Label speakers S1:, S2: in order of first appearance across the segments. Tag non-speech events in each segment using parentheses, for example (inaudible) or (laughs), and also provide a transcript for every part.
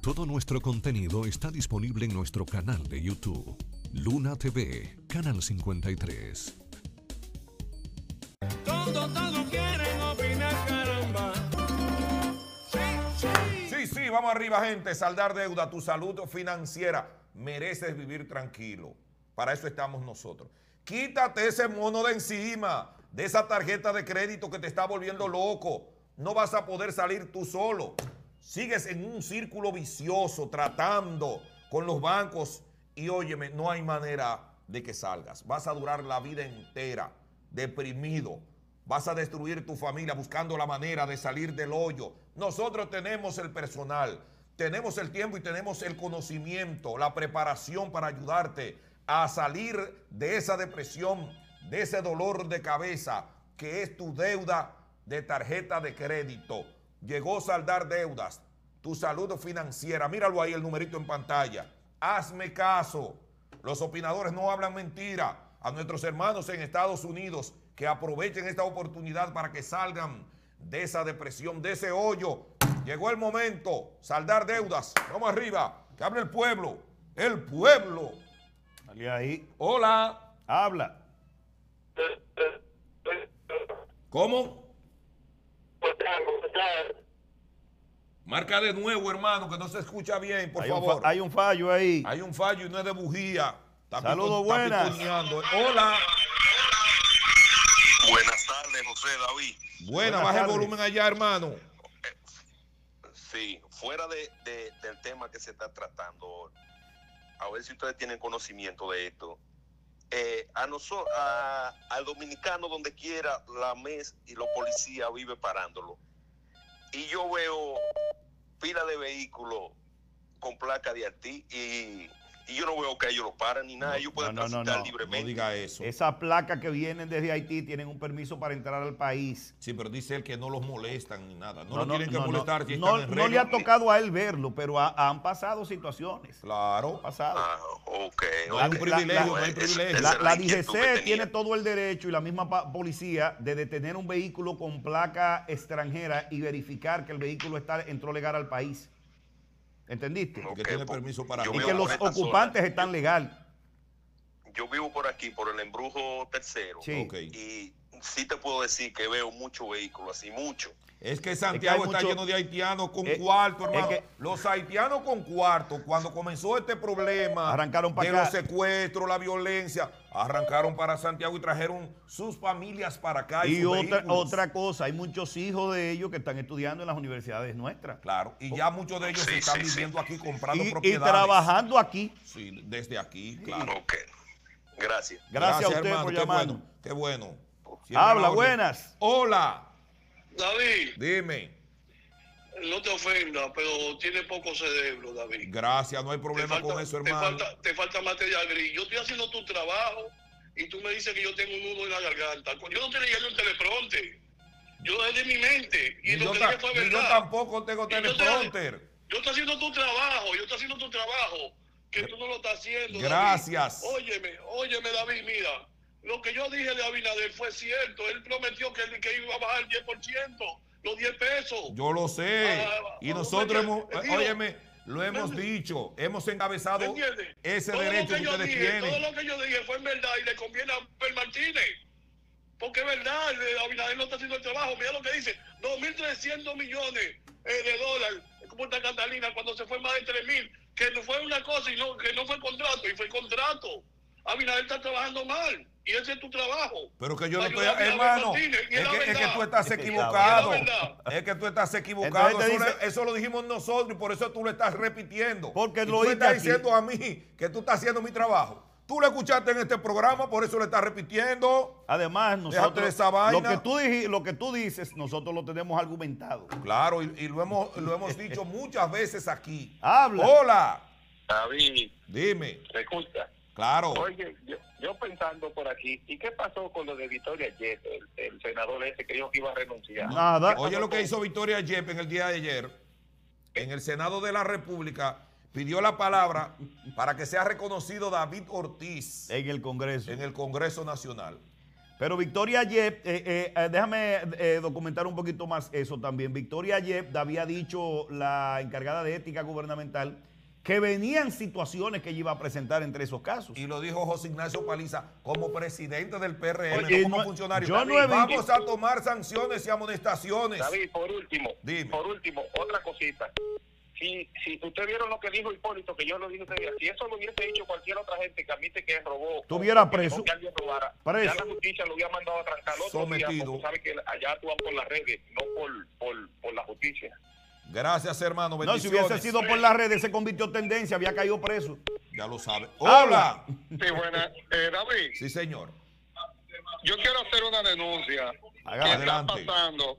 S1: Todo nuestro contenido está disponible en nuestro canal de YouTube, Luna TV, Canal 53.
S2: Todo, todo quieren opinar, caramba. Sí, sí.
S3: Sí, sí, vamos arriba, gente. Saldar deuda, tu salud financiera. Mereces vivir tranquilo. Para eso estamos nosotros. Quítate ese mono de encima, de esa tarjeta de crédito que te está volviendo loco. No vas a poder salir tú solo. Sigues en un círculo vicioso tratando con los bancos y óyeme, no hay manera de que salgas. Vas a durar la vida entera deprimido, Vas a destruir tu familia buscando la manera de salir del hoyo. Nosotros tenemos el personal, tenemos el tiempo y tenemos el conocimiento, la preparación para ayudarte a salir de esa depresión, de ese dolor de cabeza que es tu deuda de tarjeta de crédito. Llegó a saldar deudas, tu salud financiera. Míralo ahí el numerito en pantalla. Hazme caso. Los opinadores no hablan mentira. A nuestros hermanos en Estados Unidos que aprovechen esta oportunidad para que salgan de esa depresión, de ese hoyo. Llegó el momento, saldar deudas. Vamos arriba, que hable el pueblo. El pueblo.
S4: Salí ahí.
S3: Hola.
S4: Habla.
S3: ¿Cómo? Marca de nuevo, hermano, que no se escucha bien, por
S4: Hay un,
S3: favor.
S4: fa- hay un fallo ahí.
S3: Hay un fallo y no es de bujía. Está
S4: Saludos,
S3: pitu- está
S4: buenas.
S3: pituneando. Hola.
S5: Buenas tardes, José David.
S3: Buena,
S4: Buenas
S3: baja el
S4: tardes.
S3: volumen allá, hermano.
S5: Sí, fuera de, de- del tema que se está tratando, a ver si ustedes tienen conocimiento de esto. Eh, a nosotros, al dominicano, donde quiera, la MES y los policías vive parándolo. Y yo veo pila de vehículos con placa de Haití y, y yo no veo que ellos lo paran ni nada.
S4: No,
S5: ellos pueden
S4: no, no, no,
S5: transitar
S4: no.
S3: No
S5: libremente.
S3: diga eso.
S4: Esas placas que vienen desde Haití tienen un permiso para entrar al país.
S3: Sí, pero dice él que no los molestan ni nada. No, lo tienen que molestar si
S4: no-
S3: están en
S4: no le
S3: regla.
S4: ha tocado a él verlo, pero ha- han pasado situaciones.
S3: Claro.
S4: Han pasado.
S5: Ah, ok.
S3: No hay
S5: ok.
S3: un privilegio, no hay
S5: Es-
S3: privilegio.
S5: es
S4: La,
S5: la
S4: la
S5: inquietud que
S4: DGC
S5: tenía.
S4: tiene todo el derecho y la misma pa- policía de detener un vehículo con placa extranjera y verificar que el vehículo está, entró legal al país. ¿Entendiste?
S5: Ok,
S3: Porque tiene
S5: pues,
S3: permiso para
S5: yo
S4: Y
S3: veo
S4: que
S5: vivo por
S4: los
S5: esta zona.
S4: ocupantes están legal.
S5: Yo vivo por aquí, por el embrujo tercero.
S4: Sí.
S3: Ok.
S5: Y sí te puedo decir que veo muchos vehículos, así mucho.
S3: Es que Santiago está
S4: mucho-
S3: lleno de haitianos con
S4: Eh,
S3: cuarto,
S4: es
S3: hermano.
S4: que-
S3: Los haitianos con cuarto, cuando comenzó este problema
S4: Arrancaron pa'
S3: de
S4: acá.
S3: los secuestros, la violencia, arrancaron para Santiago y trajeron sus familias para acá. Y,
S4: Y
S3: sus
S4: otra,
S3: vehículos.
S4: otra cosa, hay muchos hijos de ellos que están estudiando en las universidades nuestras.
S3: Claro, y ya muchos de ellos
S5: Sí,
S3: están
S5: sí, sí.
S3: viviendo aquí comprando
S4: Y- Y,
S3: propiedades.
S4: trabajando aquí.
S3: Sí, desde aquí, claro.
S5: Ok. Gracias.
S4: Gracias, a usted
S3: hermano,
S4: por
S3: qué
S4: llamarnos.
S3: bueno, Qué bueno. Siempre
S4: Habla,
S3: la orden.
S4: buenas.
S3: Hola,
S6: David,
S3: dime.
S6: no te ofendas, pero tiene poco cerebro, David.
S3: Gracias, no hay
S6: Te
S3: problema
S6: falta,
S3: con eso,
S6: te,
S3: hermano.
S6: falta, te falta material gris. Yo estoy haciendo tu trabajo y tú me dices que yo tengo un nudo en la garganta. Yo no te leyendo un teleprompter. Yo lo leí de mi mente y
S3: Ni
S6: lo
S3: yo,
S6: que
S3: ta-
S6: dije fue
S3: ni yo
S6: verdad.
S3: tampoco tengo
S6: Y yo te-
S3: teleprompter.
S6: Yo estoy haciendo tu trabajo, yo estoy haciendo tu trabajo, que tú no lo estás haciendo. David.
S3: Gracias.
S6: Óyeme, óyeme, David, mira, lo que yo dije de Abinader fue cierto. Él prometió que, él- que iba a bajar el 10%, los 10 pesos.
S3: Yo lo sé.
S6: Ah,
S3: Y
S6: ah,
S3: nosotros
S6: hombre,
S3: hemos, eh,
S6: te digo.
S3: óyeme, lo hemos dicho, hemos
S6: ¿Me
S3: encabezado
S6: entiendes?
S3: ese
S6: Todo lo
S3: derecho que
S6: yo
S3: ustedes
S6: dije, Todo
S3: tienen.
S6: lo que yo dije fue en verdad y le conviene a Abel Martínez. Porque es verdad, el- el Abinader no está haciendo el trabajo. Mira lo que dice: 2.300 millones eh, de dólares en Punta Catalina cuando se fue más de 3.000. Que no fue una cosa y no, que no fue contrato, y fue contrato. Abinader está trabajando mal y ese es tu trabajo.
S3: Pero que yo no
S6: Ayudame
S3: estoy,
S6: a Abel
S3: hermano, es
S6: Martínez, y es la
S3: que, es que
S6: verdad.
S3: tú estás
S4: Es que
S3: equivocado.
S6: es la verdad.
S3: Es que tú estás equivocado.
S4: Entonces te
S3: Eso, lo-
S4: dice-
S3: eso lo dijimos nosotros y por eso tú lo estás repitiendo.
S4: Porque
S3: Y
S4: lo
S3: tú me
S4: oíste
S3: estás
S4: aquí.
S3: diciendo a mí que tú estás haciendo mi trabajo. Tú lo escuchaste en este programa, por eso lo estás repitiendo.
S4: Además,
S3: Déjate de
S4: nosotros,
S3: esa
S4: lo,
S3: vaina.
S4: que tú dij- lo que tú dices, nosotros lo tenemos argumentado.
S3: Claro, y, y lo, hemos, lo
S4: (laughs)
S3: hemos dicho muchas veces aquí.
S4: Habla.
S3: Hola,
S7: David,
S3: dime.
S7: ¿me escucha?
S3: Claro.
S7: Oye, yo, yo pensando por aquí, ¿y qué pasó con lo de Victoria ayer, el, el senador ese que dijo que iba a renunciar?
S4: Nada.
S3: Oye lo que hizo Victoria Yep en el día de ayer, en el Senado de la República, pidió la palabra para que sea reconocido David Ortiz
S4: En el Congreso.
S3: en el Congreso Nacional.
S4: Pero Victoria Yep, eh, eh, eh, déjame eh, documentar un poquito más eso también. Victoria Yep había dicho la encargada de ética gubernamental que venían situaciones que ella iba a presentar entre esos casos.
S3: Y lo dijo José Ignacio
S8: pues,
S3: Paliza como presidente del PRM,
S8: Oye,
S3: no como
S4: no-
S3: funcionario.
S4: yo no he visto-
S3: Vamos a tomar sanciones y amonestaciones.
S8: David, por último,
S3: Dime.
S8: por último, otra cosita. Si, si ustedes vieron lo que dijo Hipólito, que yo lo dije a ustedes, si eso lo hubiese dicho cualquier otra gente que admite que robó,
S4: Tuviera
S8: o que
S4: preso.
S8: dejó que alguien robara,
S4: Preso.
S8: ya la justicia lo había mandado a trancar otro
S3: Sometido.
S8: día, porque sabe que allá actúan por las redes, no por, por, por la justicia.
S3: Gracias, hermano.
S4: No, si
S3: Bendiciones.
S4: hubiese sido por las redes, se convirtió tendencia, había caído preso.
S3: Ya lo sabe.
S4: Habla.
S3: Hola.
S7: Sí, buena. Eh, David,
S3: Sí, señor.
S7: yo quiero hacer una denuncia
S4: Haga-
S7: que
S3: adelante.
S7: está pasando,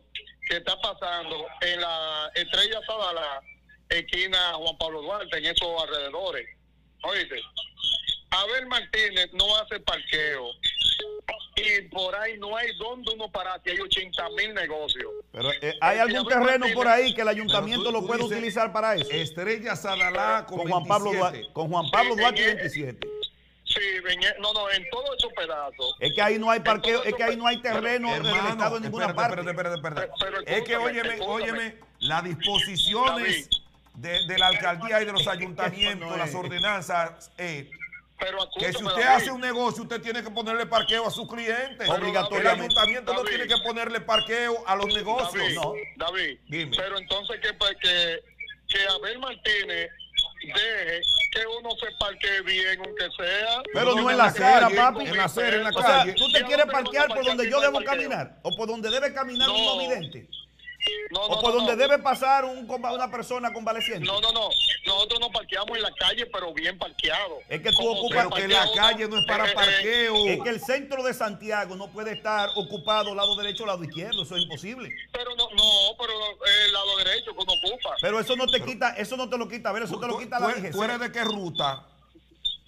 S7: que está pasando en la Estrella Sadala, esquina Juan Pablo Duarte, en esos alrededores. Oíste, Abel Martínez no hace parqueo y por ahí no hay donde uno parar, si hay 80 mil negocios.
S4: Pero eh, hay algún terreno por ahí que el ayuntamiento
S3: Pero tú-
S4: lo
S3: tú
S4: puede
S3: dices-
S4: utilizar para eso.
S3: Estrella Sadalá con,
S4: Con Juan Pablo
S3: 27.
S4: Duarte, con Juan Pablo
S7: Sí,
S4: Duarte
S7: en el-
S4: 27.
S7: Sí, en e- no, no, en todos esos pedazos.
S4: Es que ahí no hay parqueo, es que ahí no hay terreno en el
S3: Hermano,
S4: Estado en ninguna
S3: espérate,
S4: parte.
S3: espérate, espérate, espérate.
S7: Pero- pero
S3: es que,
S7: escúchame,
S3: óyeme,
S7: escúchame.
S3: óyeme, las disposiciones de, de la alcaldía y de los ayuntamientos,
S4: no es.
S3: las ordenanzas, eh,
S7: Pero
S3: que si
S7: acúsame,
S3: usted
S7: David.
S3: hace un negocio, usted tiene que ponerle parqueo a sus clientes. El
S4: Obligatoriamente.
S3: ayuntamiento no
S7: David.
S3: tiene que ponerle parqueo a los negocios.
S7: David,
S4: No.
S7: David,
S3: Dime.
S7: pero entonces que, pues, que, que Abel Martínez deje que uno se parque bien, aunque sea.
S4: Pero no en
S3: en
S4: la
S3: la
S4: acera,
S3: calle,
S4: papi.
S3: en la acera, en la
S4: O sea,
S3: calle.
S4: tú te quieres parquear por donde yo debo caminar o por donde debe caminar un
S7: No.
S4: no vidente
S7: No, no,
S4: o por
S7: no,
S4: donde
S7: no.
S4: debe pasar un compa- una persona convaleciente.
S7: No, no, no. Nosotros nos parqueamos en la calle, pero bien parqueado.
S4: Es que tú
S7: Como
S4: ocupas-
S7: sea
S3: Pero que la
S7: parqueado,
S3: calle no es
S7: eh,
S3: para
S7: eh,
S3: parqueo.
S4: Es que el centro de Santiago no puede estar ocupado lado derecho o lado izquierdo, eso es imposible.
S7: Pero no, no, pero eh, el lado derecho que uno ocupa.
S4: Pero eso no te quita, eso no te lo quita, a ver, eso te lo quita la
S3: ¿Tú- tú- ¿Tú
S4: DGC.
S3: eres de qué ruta?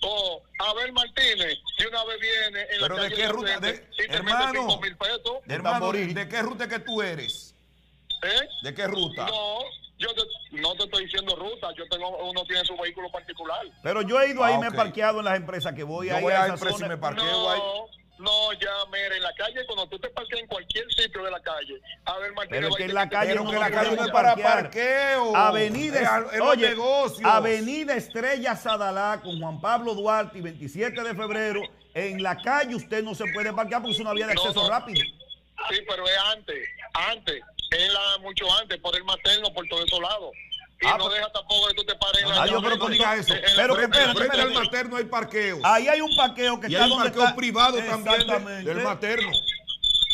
S7: O Oh, Abel Martínez, de una vez viene en la
S3: ¿Pero de
S7: calle.
S3: qué ruta?
S7: frente
S3: De-
S7: y te
S3: hermano.
S7: mete cinco mil pesos.
S3: Hermano,
S4: tamboril.
S3: ¿de qué ruta que tú eres?
S7: ¿eh?
S3: ¿De qué ruta?
S7: No, yo te- no te estoy diciendo ruta, yo tengo, uno tiene su vehículo particular.
S4: Pero yo he ido ahí,
S3: Ah,
S4: me he
S3: ok.
S4: parqueado en las empresas que voy
S3: Yo
S4: ahí
S3: voy
S4: a
S3: a
S4: esa
S3: empresa y
S4: zona.
S3: me parqueo ahí.
S7: No, no, ya, mira, en la calle, cuando tú te parques en cualquier sitio de la calle, a ver, Martín,
S4: Pero es
S7: va
S4: que
S7: y
S4: en
S7: te-
S4: la calle
S3: Pero
S4: no
S3: que
S4: nos
S3: la calle no
S4: podemos
S3: es para
S4: parquear.
S3: parqueo. Es
S4: Avenida,
S3: a- es los
S4: oye,
S3: negocios.
S4: Avenida Estrella Sadalá con Juan Pablo Duarte y 27 de febrero. En la calle usted no se puede parquear porque es una vía de
S7: No,
S4: acceso
S7: no.
S4: rápido.
S7: Sí, pero es antes, antes, es la, mucho antes, por el materno, por todos esos lados. Y
S4: Ah,
S7: no
S4: pues-
S7: deja tampoco que tú te pares en la
S4: Ah, yo
S7: calle,
S4: creo que
S7: no,
S4: diga
S7: en-
S4: eso.
S7: en la
S4: Pero que
S7: frente-
S4: espérate,
S3: Eh, Frente al
S4: espérate.
S3: materno hay parqueos.
S4: Ahí hay un parqueo que
S3: y
S4: está
S3: hay
S4: donde
S3: parqueo
S4: está-
S3: privado también de-
S4: Exactamente.
S3: del materno.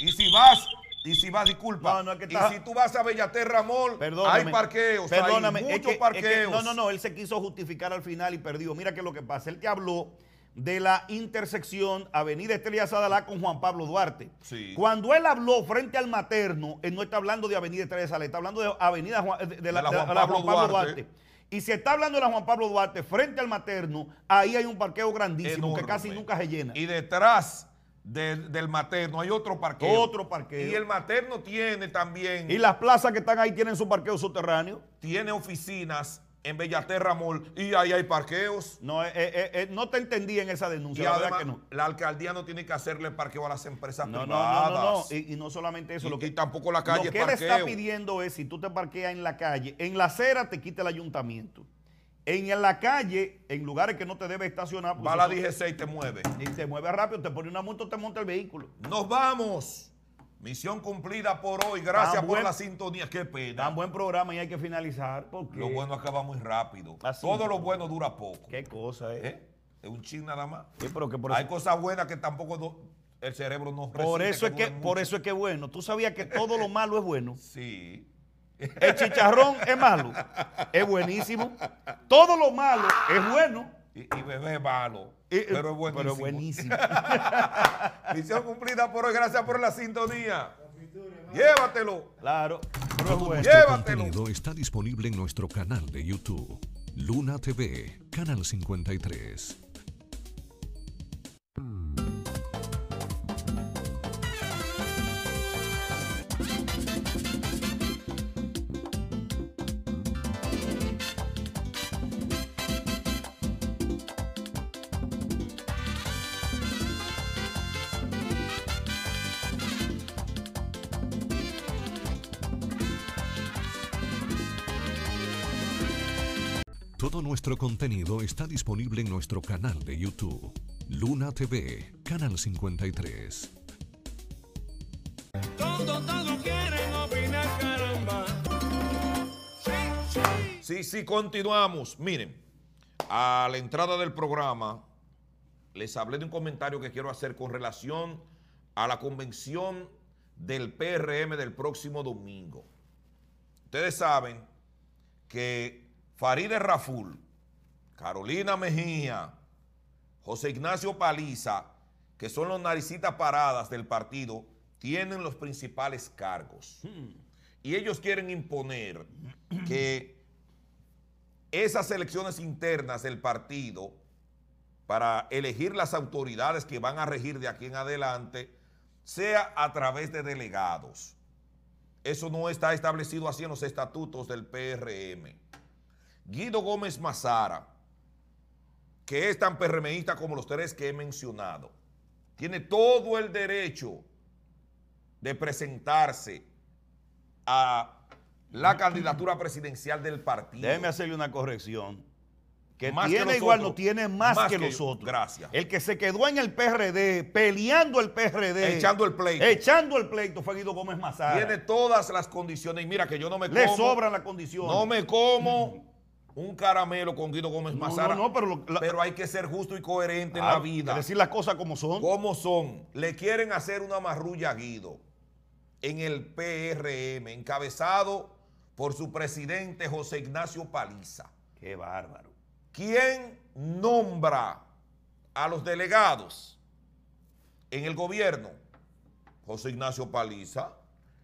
S3: Y si vas, y si vas, disculpa.
S4: No, no, es que está-
S3: Y si tú vas a Bellaterra Mall,
S4: Perdóname.
S3: hay parqueos.
S4: Perdóname.
S3: hay
S4: es
S3: muchos
S4: que- es que-
S3: parqueos.
S4: no, no, no. Él se quiso justificar al final y perdió. Mira que lo que pasa. Él te habló de la intersección Avenida Estrella Sadalá con Juan Pablo Duarte.
S3: Sí.
S4: Cuando él habló frente al materno, él no está hablando de Avenida Estrella Sadalá, está hablando de Avenida Juan- de, de la, de la- de la Juan Pablo Duarte. Y si está hablando de la Juan Pablo Duarte frente al materno, ahí hay un parqueo grandísimo
S3: Enorme.
S4: que casi nunca se llena.
S3: Y detrás del, del materno hay otro parqueo.
S4: Otro parqueo.
S3: Y el materno tiene también.
S4: Y las plazas que están ahí tienen su parqueo subterráneo.
S3: tiene oficinas en Bellaterra Mall y ahí hay parqueos.
S4: No, eh, eh, eh, no te entendí en esa denuncia,
S3: Y
S4: la
S3: además,
S4: verdad que no.
S3: la alcaldía no tiene que hacerle parqueo a las empresas
S4: No, no, no,
S3: privadas.
S4: no, no. Y, y no solamente eso.
S3: Y-
S4: lo que,
S3: y tampoco la calle
S4: Lo
S3: es
S4: que él está
S3: parqueo.
S4: pidiendo es, si tú te parqueas en la calle, en la acera te quita el ayuntamiento. En la calle, en lugares que no te debe estacionar, pues,
S3: Va la
S4: eso-
S3: DGC y te mueve.
S4: y te mueve rápido, te pone una multa, te monta el vehículo.
S3: Nos vamos. Misión cumplida por hoy. Gracias
S4: Tan
S3: por
S4: buen-
S3: la sintonía. Qué pena.
S4: Tan buen programa y hay que finalizar porque...
S3: Lo bueno acaba muy rápido.
S4: Así
S3: Todo
S4: es.
S3: lo bueno dura poco.
S4: Qué cosa es.
S3: ¿Eh? Es un chin nada más.
S4: Sí, pero que por
S3: Hay
S4: eso-
S3: cosas buenas que tampoco no- el cerebro no
S4: Por
S3: resiste,
S4: eso es que,
S3: duran
S4: por
S3: mucho.
S4: eso es que es bueno. Tú sabías que todo lo malo es bueno.
S3: (laughs) Sí.
S4: El chicharrón es malo, es buenísimo. Todo lo malo es bueno.
S3: Y, y bebé es malo.
S4: y- y-
S3: pero es
S4: Pero
S3: buenísimo.
S4: es buenísimo.
S3: (laughs) Misión cumplida por hoy. Gracias por la sintonía. Llévatelo.
S4: Claro, pero es bueno.
S1: Nuestro
S3: Llévatelo.
S1: contenido está disponible en nuestro canal de YouTube, Luna TV, Canal 53. Todo nuestro contenido está disponible en nuestro canal de YouTube, Luna TV, Canal 53.
S9: Todo, todo quieren opinar, caramba. Sí, sí.
S3: Sí, sí, continuamos. Miren, a la entrada del programa les hablé de un comentario que quiero hacer con relación a la convención del PRM del próximo domingo. Ustedes saben que Farideh Raful, Carolina Mejía, José Ignacio Paliza, que son los naricitas paradas del partido, tienen los principales cargos. Y ellos quieren imponer que esas elecciones internas del partido para elegir las autoridades que van a regir de aquí en adelante sea a través de delegados. Eso no está establecido así en los estatutos del PRM. Guido Gómez Mazara, que es tan PRMista como los tres que he mencionado, tiene todo el derecho de presentarse a la candidatura presidencial del partido.
S4: Déjeme hacerle una corrección. Que
S3: Más que
S4: tiene
S3: los
S4: igual,
S3: otros.
S4: no tiene más,
S3: Más
S4: que,
S3: que-
S4: los otros.
S3: gracias.
S4: El que se quedó en el PRD, peleando el PRD.
S3: Echando el pleito.
S4: Echando el pleito fue Guido Gómez Mazara.
S3: Tiene todas las condiciones. Y mira que yo no me
S4: Le
S3: como.
S4: sobran las condiciones.
S3: No me como un caramelo con Guido Gómez
S4: No,
S3: Mazara.
S4: no, no, pero lo- la-
S3: pero hay que ser justo y coherente en
S4: Ah,
S3: la vida.
S4: Decir las cosas como son.
S3: ¿Cómo son? Le quieren hacer una marrulla a Guido en el PRM, encabezado por su presidente José Ignacio Paliza.
S4: Qué bárbaro.
S3: ¿Quién nombra a los delegados en el gobierno? José Ignacio Paliza.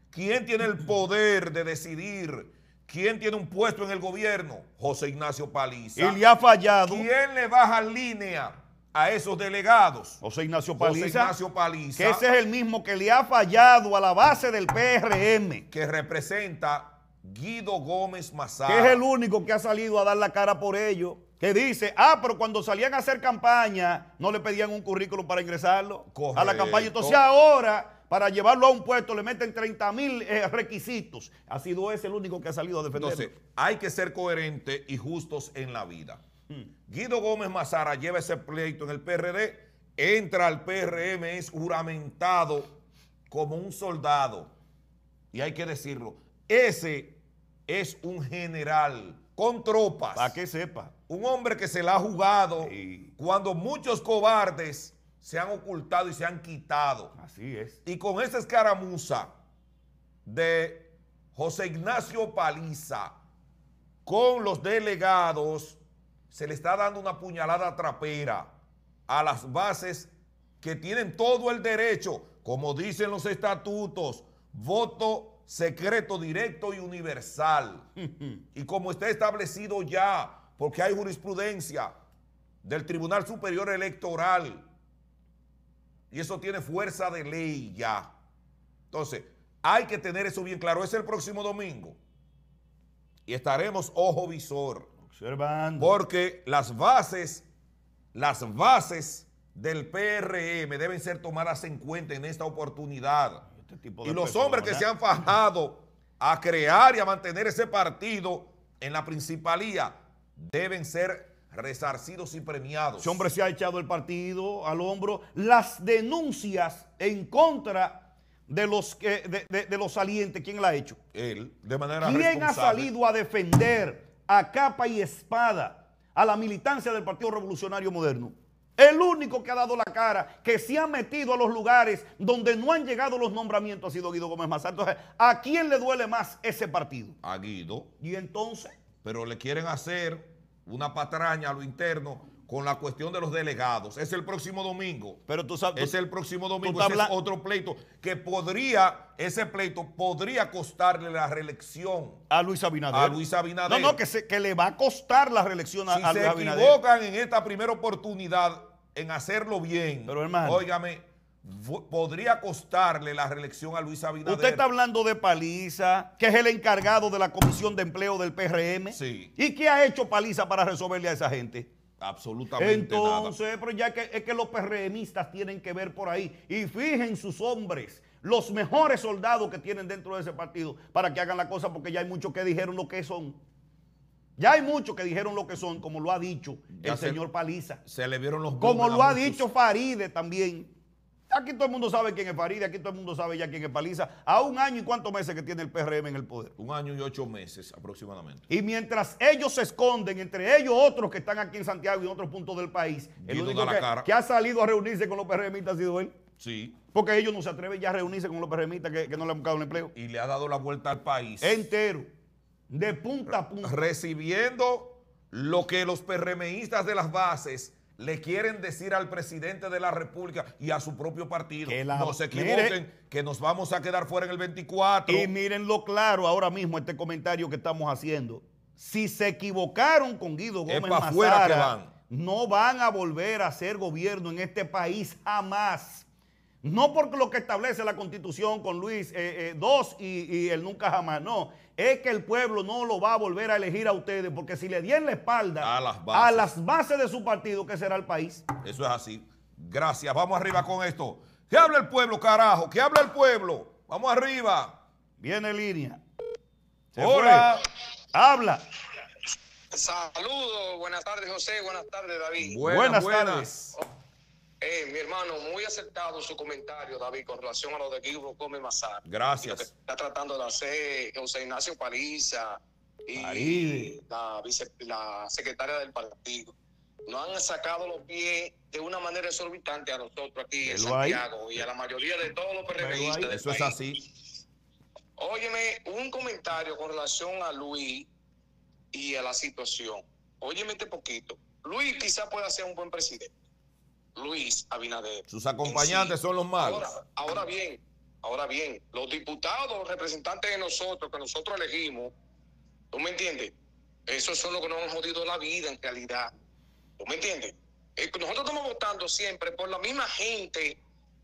S3: ¿Quién tiene el poder de decidir quién tiene un puesto en el gobierno? José Ignacio Paliza.
S4: Y le ha fallado
S3: ¿Quién le baja línea a esos delegados?
S4: José Ignacio Paliza.
S3: José Ignacio Paliza,
S4: Que ese es el mismo que le ha fallado a la base del PRM.
S3: que representa Guido Gómez Mazara.
S4: que es el único que ha salido a dar la cara por ello, que dice, ah, pero cuando salían a hacer campaña no le pedían un currículum para ingresarlo a la
S3: Correcto.
S4: campaña. Entonces ahora, para llevarlo a un puesto, le meten 30 mil eh, requisitos. Ha sido ese el único que ha salido a defenderlo.
S3: Entonces, hay que ser coherentes y justos en la vida.
S4: Hmm.
S3: Guido Gómez Mazara lleva ese pleito en el PRD, entra al PRM, es juramentado como un soldado. Y hay que decirlo, ese es un general con tropas.
S4: para que sepa.
S3: Un hombre que se la ha jugado
S4: Sí.
S3: cuando muchos cobardes se han ocultado y se han quitado.
S4: Así es.
S3: Y con esa escaramuza de José Ignacio Paliza con los delegados, se le está dando una puñalada trapera a las bases que tienen todo el derecho, como dicen los estatutos, voto secreto, directo y universal. y como está establecido ya, porque hay jurisprudencia del Tribunal Superior Electoral, y eso tiene fuerza de ley ya. Entonces, hay que tener eso bien claro. Es el próximo domingo. Y estaremos ojo visor.
S4: Observando.
S3: Porque las bases, las bases del PRM deben ser tomadas en cuenta en esta oportunidad.
S4: Este tipo de
S3: Y los
S4: personas.
S3: hombres que se han fajado a crear y a mantener ese partido en la principalía deben ser resarcidos y premiados.
S4: Ese hombre se ha echado el partido al hombro. Las denuncias en contra de los, que- de, de- de los salientes, ¿quién la ha hecho?
S3: Él, de manera
S4: ¿Quién ha
S3: responsable.
S4: salido a defender a capa y espada a la militancia del Partido Revolucionario Moderno? El único que ha dado la cara, que se ha metido a los lugares donde no han llegado los nombramientos ha sido Guido Gómez Mazar. Entonces, ¿a quién le duele más ese este partido?
S3: a Guido.
S4: Y entonces,
S3: pero le quieren hacer una patraña a lo interno con la cuestión de los delegados. Es el próximo domingo.
S4: pero tú sabes,
S3: Es el próximo domingo.
S4: estás
S3: Ese es
S4: habla-
S3: otro pleito que podría, ese pleito podría costarle la reelección.
S4: a Luis Abinader.
S3: A Luis Abinader.
S4: No, no, que, se- que le va a costar la reelección a,
S3: Si
S4: a
S3: se
S4: Luis Abinader.
S3: equivocan en esta primera oportunidad en hacerlo bien,
S4: Pero, hermano.
S3: óigame, fu- podría costarle la reelección a Luis Abinader.
S4: Usted está hablando de Paliza, que es el encargado de la Comisión de Empleo del PRM.
S3: Sí.
S4: ¿Y qué ha hecho Paliza para resolverle a esa gente?
S3: absolutamente nada.
S4: Entonces, pero ya que es que los PRMistas tienen que ver por ahí y fijen sus hombres, los mejores soldados que tienen dentro de ese partido para que hagan la cosa porque ya hay muchos que dijeron lo que son. Ya hay muchos que dijeron lo que son, como lo ha dicho
S3: Ya
S4: el
S3: se-
S4: señor Paliza.
S3: Se le vieron los
S4: Como
S3: Google a
S4: lo ha
S3: muchos.
S4: dicho Faride también. Aquí todo el mundo sabe quién es Faride, aquí todo el mundo sabe ya quién es Paliza. A un año y cuántos meses que tiene el PRM en el poder.
S3: Un año y ocho meses aproximadamente.
S4: Y mientras ellos se esconden, entre ellos otros que están aquí en Santiago y en otros puntos del país, el
S3: Guido
S4: único
S3: da la
S4: que,
S3: cara.
S4: que ha salido a reunirse con los PRMistas ha sido él.
S3: Sí.
S4: Porque ellos no se atreven ya a reunirse con los PRMistas que, que no le han buscado un empleo.
S3: Y le ha dado la vuelta al país.
S4: Entero. De punta a punta.
S3: recibiendo lo que los PRMistas de las bases le quieren decir al presidente de la República y a su propio partido.
S4: Que la-
S3: no se
S4: mire.
S3: equivoquen, que nos vamos a quedar fuera en el 24.
S4: Y mírenlo claro ahora mismo este comentario que estamos haciendo. Si se equivocaron con Guido
S3: Es
S4: Gómez
S3: pa' afuera
S4: Mazara,
S3: que van.
S4: no van a volver a ser gobierno en este país jamás. No porque lo que establece la constitución con Luis eh, eh, II y, y el nunca jamás, no. Es que el pueblo no lo va a volver a elegir a ustedes porque si le dieron la espalda
S3: A las bases.
S4: a las bases de su partido, que será el país?
S3: Eso es así. Gracias. Vamos arriba con esto. ¿Qué habla el pueblo, carajo? ¿Qué habla el pueblo? Vamos arriba.
S4: Viene línea. Se
S3: Hola.
S4: fue. Habla.
S10: Saludos, buenas tardes José, buenas tardes David.
S4: Buenas
S10: Eh, mi hermano, muy acertado su comentario David con relación a lo de Guido Gómez Mazar. Y lo que
S3: Gracias.
S10: está tratando de hacer José Ignacio Paliza y
S4: Paride.
S10: la, vice- la secretaria del partido. Nos han sacado los pies de una manera exorbitante a nosotros aquí en
S4: Velo ahí.
S10: Santiago y a la mayoría de todos los PRMistas del
S3: Eso es
S10: país.
S3: así.
S10: Óyeme, un comentario con relación a Luis y a la situación. Óyeme este poquito. Luis quizá pueda ser un buen presidente. Luis Abinader.
S3: Sus acompañantes
S10: En sí.
S3: son los malos.
S10: Ahora, ahora bien, ahora bien, los diputados, los representantes de nosotros, que nosotros elegimos, ¿tú me entiendes? Esos son los que nos han jodido la vida en realidad. ¿Tú me entiendes? Eh, Nosotros estamos votando siempre por la misma gente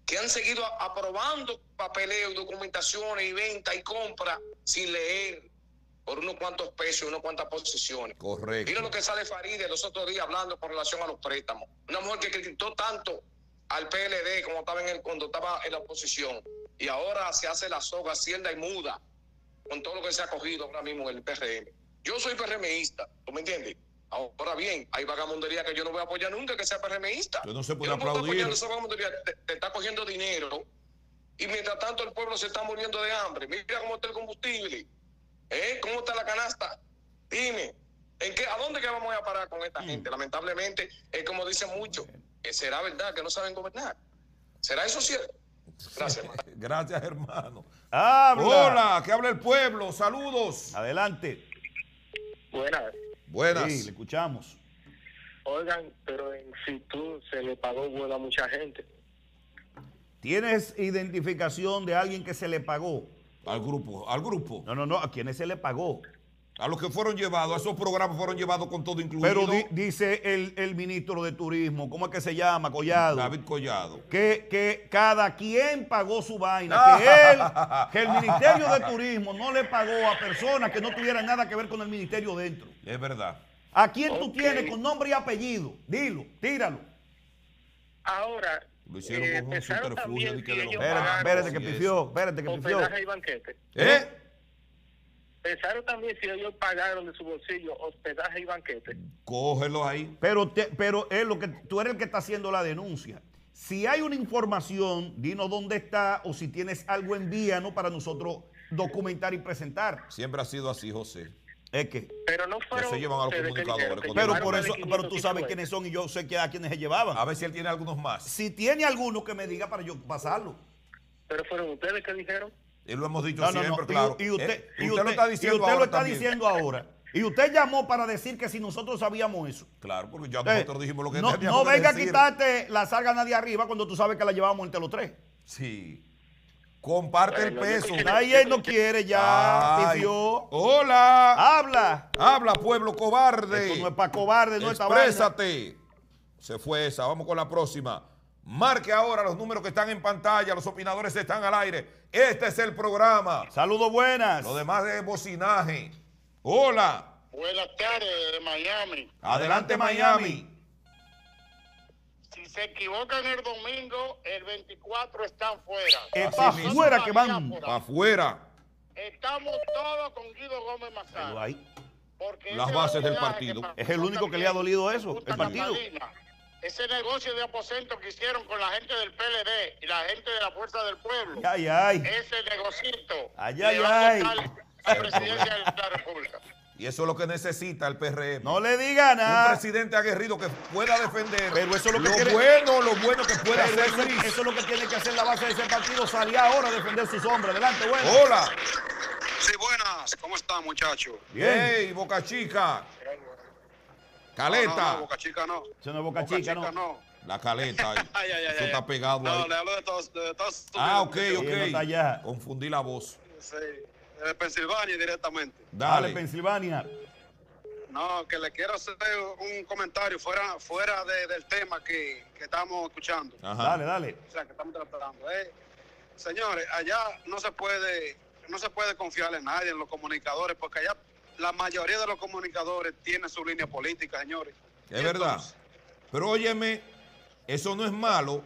S10: que han seguido a- aprobando papeleo y documentaciones y venta y compra sin leer por unos cuantos pesos y unas cuantas posiciones.
S3: Correcto.
S10: Mira lo que sale Faride los otros días hablando con relación a los préstamos. Una mujer que criticó tanto al PLD como estaba en el, cuando estaba en la oposición. Y ahora se hace la soga cienda y muda con todo lo que se ha cogido ahora mismo en el PRM. Yo soy PRMista, ¿tú me entiendes? Ahora bien, hay vagamundería que yo no voy a apoyar nunca que sea PRMista.
S3: Yo no se puede
S10: puedo estar
S3: aplaudir.
S10: apoyando esa vagamundería. Te, te está cogiendo dinero y mientras tanto el pueblo se está muriendo de hambre. Mira cómo está el combustible. ¿Eh? ¿Cómo está la canasta? Dime, ¿en qué, ¿a dónde que vamos a parar con
S3: Mm.
S10: esta gente? Lamentablemente, es como dicen muchos, que será verdad que no saben gobernar. ¿Será eso cierto? Gracias, hermano.
S3: (laughs) Gracias, hermano.
S4: Habla.
S3: Hola, ¿qué habla el pueblo? Saludos.
S4: Adelante.
S8: Buenas.
S3: Buenas.
S4: Sí, le escuchamos.
S8: Oigan, pero en Fitur se le pagó vuelo a mucha gente.
S4: ¿Tienes identificación de alguien que se le pagó?
S3: Al grupo, al grupo.
S4: No, no, no, a quienes se le pagó.
S3: A los que fueron llevados, a esos programas fueron llevados con todo incluido.
S4: Pero di- dice el, el ministro de Turismo, ¿cómo es que se llama? Collado.
S3: David Collado.
S4: Que, que cada quien pagó su
S3: (laughs)
S4: vaina. Que, él, que el Ministerio de Turismo no le pagó a personas que no tuvieran nada que ver con el ministerio dentro.
S3: Es verdad.
S4: ¿A quién tú
S8: Ok.
S4: tienes con nombre y apellido? Dilo, tíralo.
S8: Ahora,
S3: Lo hicieron
S8: eh,
S3: con un
S8: empezaron
S3: subterfugio
S8: también
S3: de que
S8: si
S3: de los
S8: ellos
S3: Espérate,
S4: Espérate,
S8: pagaron
S4: espérate que
S3: sí,
S4: pifió, espérate que pifió.
S8: hospedaje y banquete.
S3: ¿Eh?
S8: Pensaron también si ellos pagaron de su bolsillo hospedaje y banquete.
S3: Cógelo ahí.
S4: Pero, te- pero es lo que, tú eres el que está haciendo la denuncia. Si hay una información, dinos dónde está o si tienes algo en vía, ¿no? para nosotros documentar y presentar.
S3: Siempre ha sido así, José.
S4: Es que.
S8: Pero no fueron
S3: se llevan a los
S8: ustedes que
S3: comunicadores
S8: dijeron que
S3: cuando-
S4: Pero
S8: llevaron
S4: por
S8: más de
S4: eso,
S8: 500
S4: pero tú sabes
S8: títulos.
S4: quiénes son y yo sé que a quiénes se llevaban.
S3: A ver si él tiene algunos más.
S4: Si tiene alguno que me diga para yo pasarlo.
S8: Pero fueron ustedes que dijeron.
S3: Y lo hemos dicho
S4: No, no, no.
S3: siempre,
S4: Y-
S3: claro.
S4: Y, usted,
S3: Eh,
S4: y
S3: lo está diciendo
S4: y usted lo
S3: ahora.
S4: está
S3: también.
S4: diciendo ahora. Y usted llamó para decir que si nosotros sabíamos eso.
S3: Claro, porque ya
S4: Entonces,
S3: nosotros dijimos lo que
S4: Eh, no,
S3: teníamos
S4: no
S3: que
S4: venga a
S3: decir.
S4: quitarte la sarga nadie arriba cuando tú sabes que la llevábamos entre los tres.
S3: Sí. Comparte el
S8: Bueno, yo
S3: peso.
S8: escuché la-
S4: Ahí él no quiere ya,
S3: Ay.
S4: pifió.
S3: Hola.
S4: Habla.
S3: Habla, pueblo cobarde.
S4: Esto no es para cobarde, no está vaina.
S3: Exprésate. Se fue esa. Vamos con la próxima. Marque ahora los números que están en pantalla. Los opinadores están al aire. Este es el programa.
S4: Saludos buenas.
S3: Lo demás es bocinaje. Hola.
S7: Buenas tardes de Miami.
S3: Adelante,
S4: Adelante,
S3: Miami.
S7: Si se equivocan el domingo, el 24 están fuera.
S4: Es
S3: Así
S4: para
S3: mismo.
S4: afuera que van.
S3: Para afuera.
S7: Estamos todos con Guido Gómez Mazar.
S4: Ahí.
S8: Porque
S3: Las
S8: ese
S3: bases del
S8: doble
S3: partido.
S8: pasó
S4: Es el único que le ha
S8: también
S4: dolido eso,
S8: en Punta
S4: el partido.
S8: Catalina. Ese negocio de aposento que hicieron con la gente del PLD y la gente de la Fuerza del Pueblo.
S4: Ay, ay.
S8: Ese negocito.
S4: Ay,
S8: le
S4: ay,
S8: va a
S4: ay.
S8: costar La presidencia de la República.
S3: Y eso es lo que necesita el PRM.
S4: No le diga
S3: un
S4: nada.
S3: presidente aguerrido que pueda defender
S4: Pero eso es lo que quiere-
S3: bueno, lo bueno que
S4: Pero
S3: pueda hacer
S4: eso,
S3: Luis.
S4: eso es lo que tiene que hacer la base de ese partido, salir ahora a defender sus hombres. Adelante, bueno.
S3: Hola.
S10: Sí, buenas. ¿Cómo están, muchachos?
S4: Bien.
S3: Hey, Boca Chica.
S10: No,
S3: Caleta.
S10: no, Boca Chica no.
S4: Eso no es Boca Chica, no. (laughs)
S3: La caleta. ahí.
S10: Ay, ay, ay,
S3: Eso
S10: ay,
S3: está
S10: ay.
S3: pegado
S10: No,
S3: ahí.
S10: le hablo de Estados, de Estados
S3: Ah, ok,
S10: Unidos.
S3: ok.
S4: no está allá.
S3: Confundí la voz.
S10: Sí, de Pensilvania directamente.
S4: Dale,
S3: Dale.
S4: Pensilvania.
S10: No, que le quiero hacer un comentario fuera, fuera de- del tema que, que estamos escuchando.
S3: Ajá.
S4: Dale, dale.
S10: O sea, que estamos tratando. eh. Señores, allá no se puede no se puede confiar en nadie, en los comunicadores, porque allá la mayoría de los comunicadores tienen su línea política, señores.
S3: Es verdad. Pero óyeme, eso no es malo.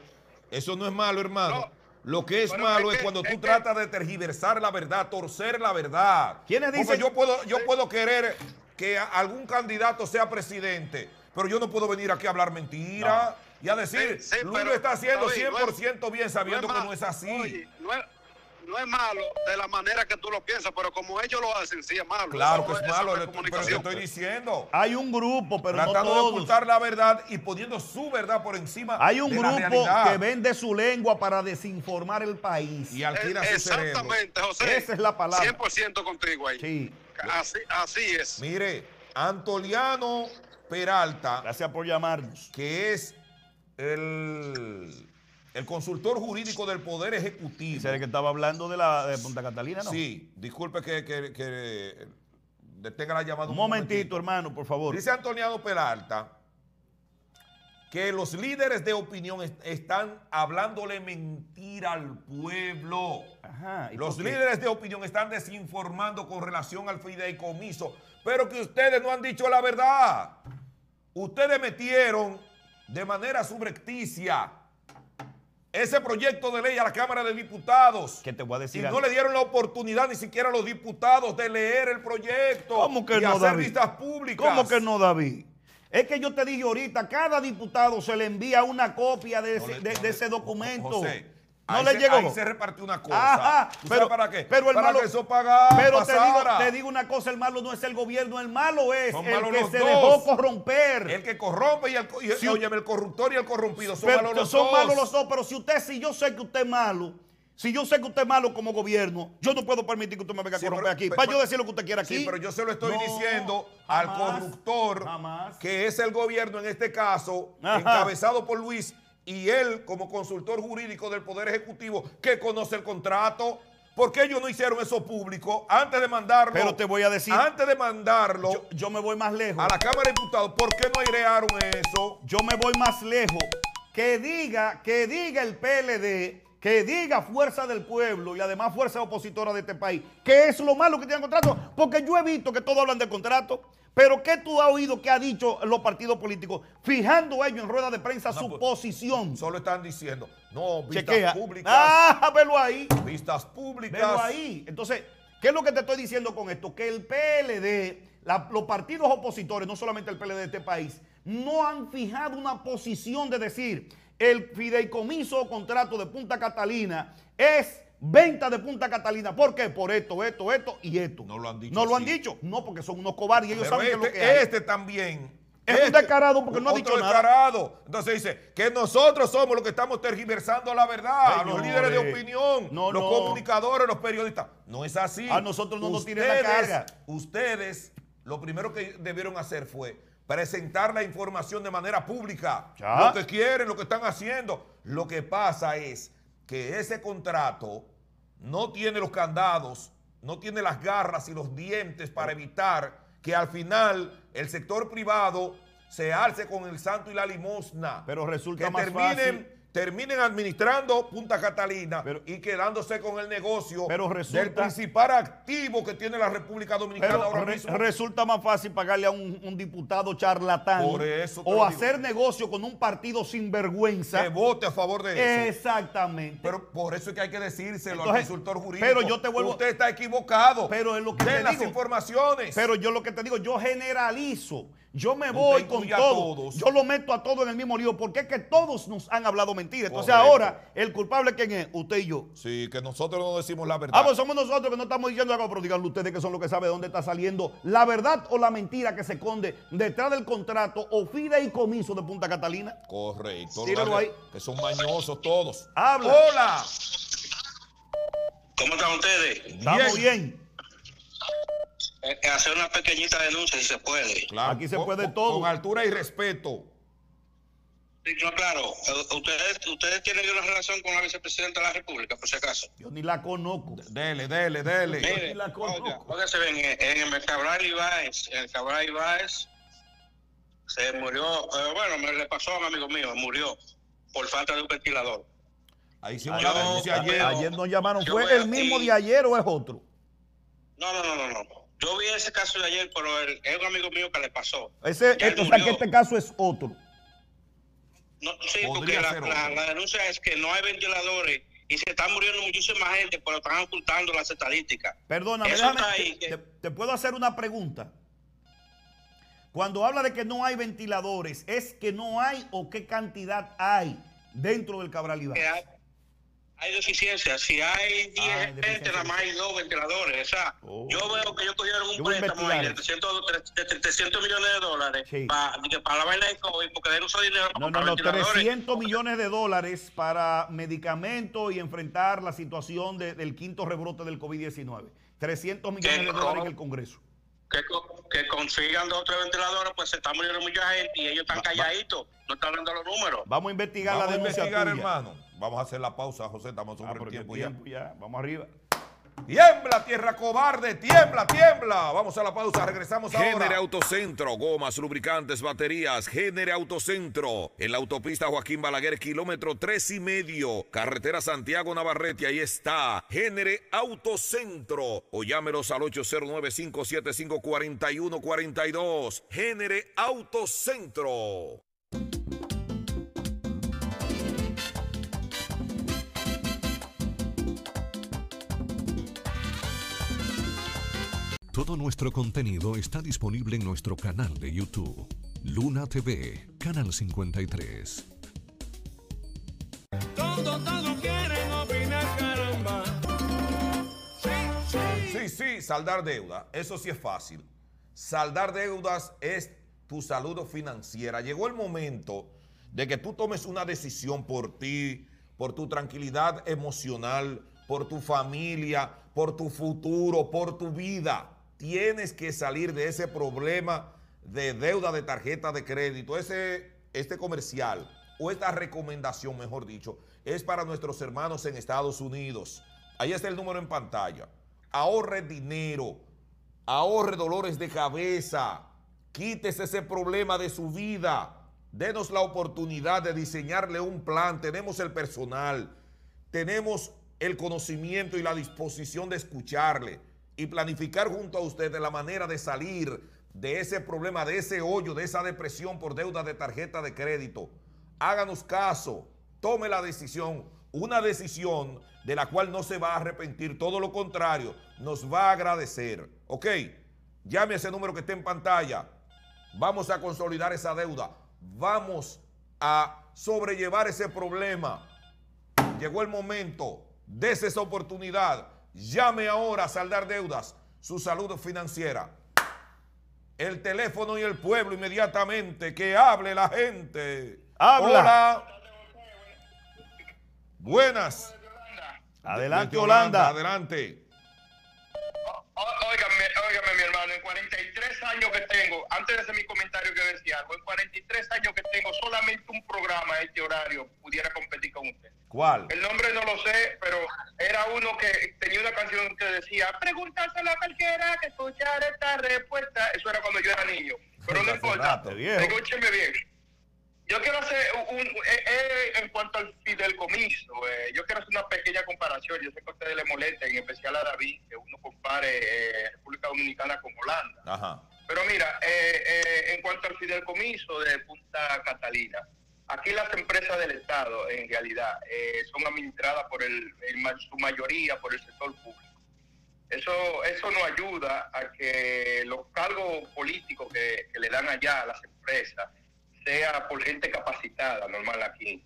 S3: Eso no es malo, hermano.
S10: No.
S3: Lo que es
S10: Pero
S3: malo
S10: es
S3: es,
S10: que-
S3: cuando
S10: es
S3: tú
S10: que-
S3: tratas de tergiversar la verdad, torcer la verdad.
S4: ¿Quiénes
S3: Porque
S4: dicen-
S3: yo puedo, yo puedo querer que a- algún candidato sea presidente, pero yo no puedo venir aquí a hablar mentira y a decir,
S10: Sí, sí,
S3: Luis
S10: pero,
S3: lo está haciendo
S10: David, no es-
S3: 100% bien sabiendo que
S10: malo.
S3: no es así.
S10: Oye, no, es, no es malo de la manera que tú lo piensas, pero como ellos lo hacen, sí es malo.
S3: claro
S10: Eso
S3: que es
S10: eso no
S3: malo, le- pero te
S10: comunicación.
S3: estoy diciendo.
S4: Hay un grupo, pero no
S3: tratando de
S4: todos.
S3: ocultar la verdad y poniendo su verdad por encima
S4: Hay un
S3: de la
S4: grupo
S3: realidad.
S4: que vende su lengua para desinformar el país.
S3: y alquila
S10: Eh,
S3: su cerebro.
S10: Exactamente, José.
S4: Esa es la palabra.
S10: 100% contigo ahí.
S4: Sí.
S10: Así, así es.
S3: Mire, Antoliano Peralta,
S4: Gracias por llamarnos.
S3: que es el, el consultor jurídico del Poder Ejecutivo.
S4: Ese era el que estaba hablando de la de Punta Catalina, ¿no?
S3: Sí, disculpe que, que- que detenga la llamada.
S4: Un momentito, hermano, por favor.
S3: Dice Antoniano Peralta que los líderes de opinión est- están hablándole mentira al pueblo.
S4: Ajá, Ah, ¿y
S3: Los
S4: por qué?
S3: líderes de opinión están desinformando con relación al fideicomiso, pero que ustedes no han dicho la verdad. Ustedes metieron de manera subrepticia ese proyecto de ley a la Cámara de Diputados.
S4: Que te voy a
S3: Y
S4: decir
S3: no
S4: algo.
S3: le dieron la oportunidad ni siquiera a los diputados de leer el proyecto
S4: ¿Cómo que
S3: y
S4: no,
S3: hacer
S4: David?
S3: vistas públicas.
S4: ¿Cómo que no, David? Es que yo te dije ahorita, cada diputado se le envía una copia de,
S3: No
S4: ese,
S3: le-
S4: de-
S3: no
S4: de
S3: le-
S4: ese documento.
S3: José,
S4: no
S3: ahí
S4: le
S3: se-
S4: llegó.
S3: Ahí se repartió una cosa.
S4: Ajá,
S3: ¿Tú
S4: pero-
S3: sabes para qué?
S4: pero el
S3: para
S4: malo-
S3: que eso paga,
S4: Pero te digo,
S3: pasara.
S4: te digo una cosa, el malo no es el gobierno, el malo es
S3: Son
S4: el
S3: malos
S4: que
S3: los
S4: se
S3: dos.
S4: dejó corromper.
S3: El que corrompe y el, co- y-
S4: Sí.
S3: óyeme, el corruptor y el corrompido son
S4: Pero
S3: malos los
S4: son
S3: dos.
S4: malos los dos, pero si usted, si yo sé que usted es malo, si yo sé que usted es malo como gobierno, yo no puedo permitir que usted me venga a
S3: Sí,
S4: corromper
S3: pero-
S4: aquí.
S3: pero-
S4: para yo decir lo que usted quiera aquí.
S3: Sí, pero yo se lo estoy
S4: No,
S3: diciendo al
S4: jamás,
S3: corruptor,
S4: jamás.
S3: que es el gobierno en este caso,
S4: Ajá.
S3: encabezado por Luis, y él como consultor jurídico del Poder Ejecutivo, que conoce el contrato. ¿Por qué ellos no hicieron eso público antes de mandarlo?
S4: Pero te voy a decir-
S3: Antes de mandarlo
S4: Yo, yo me voy más lejos.
S3: a la Cámara de Diputados, ¿por qué no airearon eso?
S4: Yo me voy más lejos. Que diga, que diga el PLD, que diga Fuerza del Pueblo y además Fuerza Opositora de este país, que es lo malo que tienen contrato. Porque yo he visto que todos hablan de contrato. Pero ¿qué tú has oído que ha dicho los partidos políticos? Fijando ellos en rueda de prensa su
S3: pues,
S4: posición.
S3: Solo están diciendo, no, vistas
S4: Chequea.
S3: públicas,
S4: Ah, velo ahí.
S3: vistas públicas.
S4: Velo ahí. Entonces, ¿qué es lo que te estoy diciendo con esto? Que el PLD, la- los partidos opositores, no solamente el PLD de este país, no han fijado una posición de decir el fideicomiso o contrato de Punta Catalina es venta de Punta Catalina. ¿Por qué? Por esto, esto, esto y esto.
S3: No lo han dicho
S4: No lo han
S3: así.
S4: dicho. No, porque son unos cobardes y ellos
S3: Pero
S4: saben
S3: este,
S4: que es lo que hay.
S3: este también. Este
S4: Es un descarado porque no ha
S3: otro
S4: dicho nada.
S3: descarado. Entonces dice que nosotros somos los que estamos tergiversando la verdad, los
S4: Señores.
S3: líderes de opinión,
S4: No,
S3: los
S4: no.
S3: comunicadores, los periodistas. No es así.
S4: A nosotros no nos tiren la carga.
S3: Ustedes, lo primero que debieron hacer fue presentar la información de manera pública.
S4: Ya.
S3: Lo que quieren, lo que están haciendo. Lo que pasa es que ese contrato no tiene los candados, no tiene las garras y los dientes para evitar que al final el sector privado se alce con el santo y la limosna.
S4: Pero resulta
S3: que
S4: más
S3: terminen
S4: fácil.
S3: terminen administrando Punta Catalina
S4: Pero-
S3: y quedándose con el negocio
S4: Pero
S3: del
S4: resulta-
S3: principal activo que tiene la República Dominicana
S4: Pero
S3: ahora
S4: re-
S3: mismo.
S4: resulta más fácil pagarle a un, un diputado charlatán
S3: Por eso te
S4: o
S3: lo digo.
S4: hacer negocio con un partido sin vergüenza.
S3: que vote a favor de eso.
S4: Exactamente.
S3: Pero por eso es que hay que decírselo al
S4: Entonces,
S3: consultor jurídico.
S4: pero yo te vuelvo-
S3: Usted está equivocado.
S4: Pero es lo que
S3: Den
S4: te
S3: las
S4: digo.
S3: informaciones.
S4: Pero yo lo que te digo, yo generalizo. Yo me voy con
S3: incluye a
S4: todo.
S3: todos.
S4: Yo lo meto a todo en el mismo lío porque es que todos nos han hablado mentira. Entonces
S3: Correcto.
S4: ahora, ¿el culpable quién es? Usted y yo.
S3: sí, que nosotros no decimos la verdad.
S4: Ah, pues somos nosotros que no estamos diciendo algo, pero díganlo ustedes que son los que saben de dónde está saliendo la verdad o la mentira que se esconde detrás del contrato o fideicomiso de Punta Catalina.
S3: Correcto.
S4: Tíralo
S3: Lo-
S4: ahí.
S3: Que son mañosos todos.
S4: Habla.
S3: Hola.
S7: ¿Cómo están ustedes? Eh,
S4: Estamos
S3: Bien.
S4: bien.
S7: hacer una pequeñita denuncia si se puede.
S3: Claro,
S4: Aquí se
S3: con-
S4: puede
S3: con-
S4: todo.
S3: Con altura y respeto.
S7: Sí, no, claro. Eh, Ustedes, ustedes tienen una relación con la vicepresidenta de la República, por si acaso.
S4: Yo ni la conozco.
S3: Dele, dele, dele.
S7: Mire,
S4: la conozco.
S7: oiga, oiga, se ven en, en el Cabral Ibáez, en el Cabral Ibáez se murió, eh, bueno, me le pasó a un amigo mío, murió por falta de un ventilador.
S3: Ahí hicimos
S7: Yo-
S3: la denuncia ayer.
S4: Ayer nos llamaron.
S7: Yo
S4: ¿Fue
S7: voy a
S4: el mismo
S7: ti.
S4: de ayer o es otro?
S7: No, no, no, no, no. Yo vi ese caso de ayer, pero el- es un amigo mío que le pasó.
S4: Ese,
S7: Ya
S4: este- o
S7: él
S4: sea que
S7: murió.
S4: este caso es otro.
S7: No, sí, porque
S3: Podría
S7: la,
S3: ser
S7: la-
S3: otro.
S7: la denuncia es que no hay ventiladores y se están muriendo muchísima gente, pero están ocultando las estadísticas.
S4: Perdóname,
S7: Eso
S4: déjame-
S7: está ahí,
S4: te,
S7: que-
S4: te- te puedo hacer una pregunta. Cuando habla de que no hay ventiladores, ¿es que no hay o qué cantidad hay dentro del Cabral Ibáez?
S7: que hay, hay deficiencias. Si hay 10
S4: Ah, hay
S7: gente, nada más hay dos ventiladores. O sea,
S4: Oh.
S7: yo veo que ellos cogieron
S4: Yo
S7: un
S4: voy a
S7: préstamo ahí de
S4: investigar
S7: 300, de 300 millones de dólares
S4: Sí.
S7: para, para la vaina de COVID, porque de ahí no usa dinero para
S4: No, no,
S7: comprar
S4: no,
S7: ventiladores.
S4: 300 millones de dólares para medicamentos y enfrentar la situación de- del quinto rebrote del COVID-19. 300 millones de
S7: Qué
S4: dólares en
S7: horror.
S4: el Congreso.
S7: Que, co- que consigan dos o tres ventiladores, pues se está muriendo mucha gente y ellos están calladitos, no están dando los números.
S4: Vamos a investigar
S3: Vamos
S4: la
S3: a
S4: denuncia
S3: investigar,
S4: tuya.
S3: hermano. Vamos a hacer la pausa, José. Estamos
S4: Ah,
S3: sobre el
S4: porque
S3: tiempo,
S4: tiempo ya. Vamos arriba.
S3: ya. Tiembla, tierra cobarde. Tiembla, tiembla. Vamos a la pausa. Regresamos ahora.
S11: Genere Autocentro, gomas, lubricantes, baterías. Genere Autocentro. En la autopista Joaquín Balaguer, kilómetro tres y medio. Carretera Santiago Navarrete, ahí está. Genere Autocentro. O llámenos al 809-575-4142. Genere Autocentro.
S1: Todo nuestro contenido está disponible en nuestro canal de YouTube, Luna TV, Canal 53.
S2: Todo, todo quieren opinar, caramba. Sí, sí.
S3: Sí, sí, saldar deuda. Eso sí es fácil. Saldar deudas es tu salud financiera. Llegó el momento de que tú tomes una decisión por ti, por tu tranquilidad emocional, por tu familia, por tu futuro, por tu vida. Tienes que salir de ese problema de deuda de tarjeta de crédito. Ese, este comercial o esta recomendación, mejor dicho, es para nuestros hermanos en Estados Unidos. Ahí está el número en pantalla ahorre dinero, ahorre dolores de cabeza, quítese ese problema de su vida. Denos la oportunidad de diseñarle un plan. Tenemos el personal, tenemos el conocimiento y la disposición de escucharle y planificar junto a usted de la manera de salir de ese problema, de ese hoyo, de esa depresión por deuda de tarjeta de crédito. Háganos caso, tome la decisión, una decisión de la cual no se va a arrepentir, todo lo contrario, nos va a agradecer. ¿Ok? Llame a ese número que está en pantalla. Vamos a consolidar esa deuda. Vamos a sobrellevar ese problema. Llegó el momento. Des esa oportunidad. Llame ahora a saldar deudas. Su salud financiera. El teléfono y el pueblo inmediatamente. Que hable la gente.
S4: Habla.
S3: Hola. Buenas.
S4: Adelante,
S3: Desde
S4: Holanda.
S3: Adelante.
S7: Óigame, óigame, mi hermano, en 43 años que tengo, antes de hacer mi comentario que decía algo, en 43 años que tengo, solamente un programa a este horario pudiera competir con usted.
S3: ¿Cuál?
S7: El nombre no lo sé, pero era uno que tenía una canción que decía, pregúntaselo a cualquiera que escuchar esta respuesta. Eso era cuando yo era niño, pero no
S3: Hace
S7: importa.
S3: rato,
S4: viejo.
S7: Escúcheme bien. yo quiero hacer un, un- eh, eh, en cuanto al fideicomiso, eh, yo quiero hacer una pequeña comparación. Yo sé que a ustedes les molesta, en especial a David, que uno compare eh, República Dominicana con Holanda.
S3: Ajá.
S7: Pero mira, eh, eh, en cuanto al fideicomiso de Punta Catalina, aquí las empresas del Estado, en realidad, eh, son administradas por el, en ma- su mayoría por el sector público. Eso, eso no ayuda a que los cargos políticos que, que le dan allá a las empresas sea por gente capacitada, normal aquí.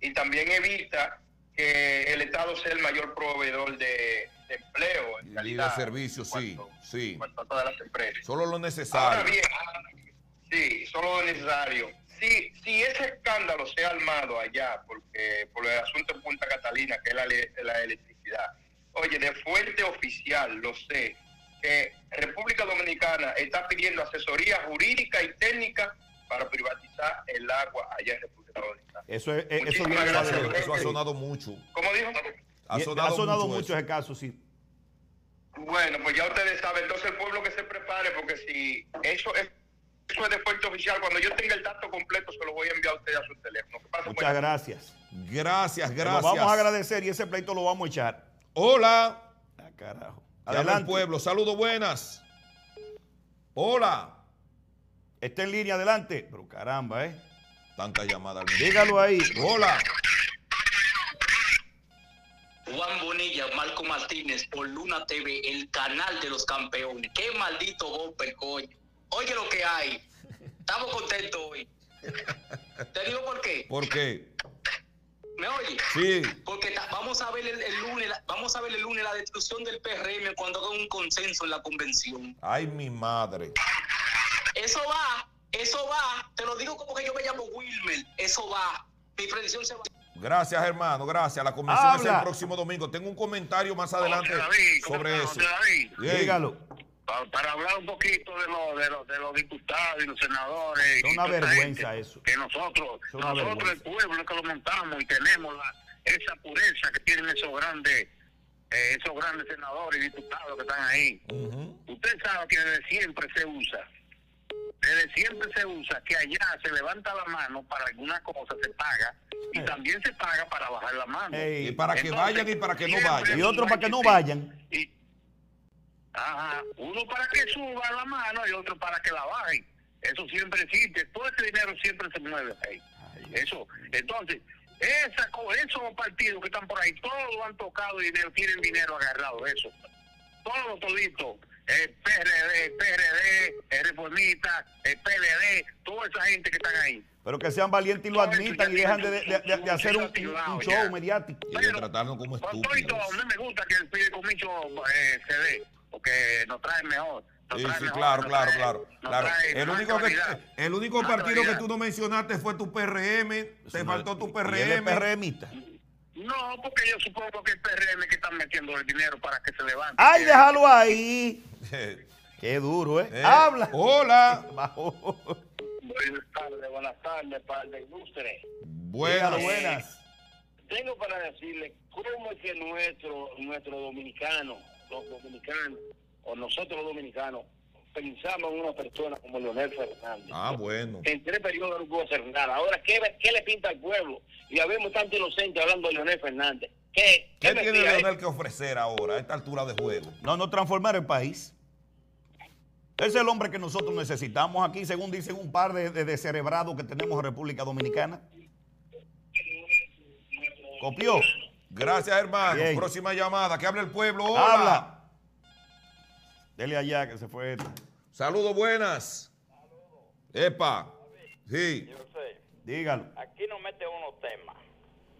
S7: Y también evita que el Estado sea el mayor proveedor de, de empleo. En
S3: Y de
S7: realidad,
S3: servicio,
S7: en
S3: sí,
S7: cuanto-
S3: sí.
S7: en cuanto a todas las empresas.
S3: Solo lo
S7: Ahora
S3: necesario.
S7: bien, sí, solo lo necesario. Si, si ese escándalo se ha armado allá, porque por el asunto en Punta Catalina, que es la, le- la electricidad, oye, de fuente oficial, lo sé, que República Dominicana está pidiendo asesoría jurídica y técnica para privatizar el agua allá en República Dominicana.
S4: Eso, es, eh, eso,
S7: Muchísimas
S4: viene
S7: gracias,
S4: de-
S7: doctor.
S3: Eso ha sonado mucho.
S7: ¿Cómo dijo?
S3: Ha sonado, mucho. eso.
S4: ese caso, sí.
S7: Bueno, pues ya ustedes saben, entonces el pueblo que se prepare, porque si eso es, eso es de fuente oficial, cuando yo tenga el dato completo se lo voy a enviar a ustedes a su teléfono. Que pasen
S4: Muchas gracias.
S3: Gracias,
S4: Te lo
S3: gracias.
S4: vamos a agradecer y ese pleito lo vamos a echar.
S3: Hola.
S4: Ah, carajo.
S3: Adelante.
S4: Adelante.
S3: pueblo. Saludos buenas. Hola.
S4: Está en línea, adelante. Pero caramba, ¿eh?
S3: Tanta llamada. al mismo
S4: Dígalo ahí.
S3: tiempo. Hola.
S12: Juan Bonilla, Marco Martínez, por Luna TV, el canal de los campeones. Qué maldito golpe, coño. Oye lo que hay. Estamos contentos hoy. Te digo por qué.
S3: ¿Por qué?
S12: ¿Me oye?
S3: Sí.
S12: Porque ta- vamos a ver el, el lunes, la- vamos a ver el lunes la destrucción del PRM cuando haga un consenso en la convención.
S3: Ay, mi madre.
S12: Eso va, eso va. Te lo digo como que yo me llamo Wilmer. Eso va. Mi predicción se va.
S3: Gracias, hermano. Gracias. La convención es
S4: Habla.
S3: el próximo domingo. Tengo un comentario más adelante
S7: José David, ¿cómo
S3: sobre
S7: está,
S3: eso.
S7: José David?
S3: Ey,
S4: Dígalo.
S7: Pa- para hablar un poquito de, lo- de, lo- de los diputados y los senadores.
S4: Es
S7: y
S4: una
S7: toda esa
S4: vergüenza eh.
S7: gente,
S4: eso.
S7: Que nosotros,
S4: Es una
S7: nosotros el
S4: vergüenza.
S7: pueblo es que lo montamos y tenemos la, esa pureza que tienen esos grandes, eh, esos grandes senadores y diputados que están ahí.
S3: ujú.
S7: Usted sabe que desde siempre se usa, desde siempre se usa que allá se levanta la mano para alguna cosa, se paga, y
S4: Eh.
S7: también se paga para bajar la mano.
S4: Ey.
S3: Y para que
S7: Entonces,
S3: vayan y para que no
S7: siempre
S3: vayan.
S4: Y otro para que no
S7: hay
S4: vayan.
S7: y- ajá, uno para que suba la mano y otro para que la bajen. Eso siempre existe, todo ese dinero siempre se mueve ahí. Eso, entonces, esa, co- esos partidos que están por ahí, todos han tocado dinero, tienen dinero agarrado, eso. Todo, todito. El PRD, el PRD, el Reformista, el PLD, toda esa gente que están ahí.
S4: Pero que sean valientes y lo
S7: Todo eso
S4: admitan y
S7: ya
S4: dejan
S7: tiene
S4: de, de-
S7: su-
S4: de-
S7: su-
S4: de hacer
S7: su
S4: un,
S7: activado
S4: un
S7: ya.
S4: show mediático.
S3: Y de tratarnos como
S7: Con todo y todo,
S3: estúpidos.
S7: a mí me gusta que el fideicomiso eh, se dé, porque nos trae mejor. nos
S3: Sí,
S7: trae
S3: sí,
S7: mejor,
S3: claro,
S7: nos
S3: claro,
S7: trae-
S3: claro.
S7: nos
S3: claro.
S7: trae
S3: El
S7: más
S3: único, que,
S7: calidad.
S3: el único
S7: Más
S3: partido que
S7: calidad.
S3: tú no mencionaste fue tu PRM. Te faltó tu
S4: Y él es
S3: PRM.
S4: PRMista.
S7: No, porque yo supongo que el PRM que están metiendo el dinero para que se levante.
S4: ¡Ay, (laughs) déjalo ahí!
S3: Eh,
S4: Qué duro, ¿eh?
S3: eh,
S4: ¡Habla!
S3: Hola.
S4: (laughs) Bajo.
S7: Buenas tardes, buenas tardes, para de ilustre.
S4: Dígalo,
S3: Buenas.
S4: buenas.
S7: Tengo para decirle cómo es que nuestro, nuestro dominicano, los dominicanos, o nosotros los dominicanos, pensamos en una persona como Leonel Fernández.
S3: Ah, bueno.
S7: que en tres periodos no pudo hacer nada. Ahora, ¿qué, qué le pinta al pueblo? Y habemos tanto inocente hablando de Leonel Fernández. ¿Qué,
S3: ¿Qué tiene
S7: mentira es?
S3: Leonel
S13: eh.
S3: que ofrecer ahora a esta altura de juego?
S4: No, no transformar el país. Es el hombre que nosotros necesitamos aquí, según dicen un par de, de, de cerebrados que tenemos en República Dominicana. ¿Copió?
S3: Gracias, hermano.
S4: Bien.
S3: Próxima llamada. Que hable el pueblo. Hola.
S4: Habla. Dele allá que se fue. este.
S3: Saludos, buenas. Epa. Sí.
S13: Yo sé,
S4: Dígalo.
S13: aquí nos mete unos temas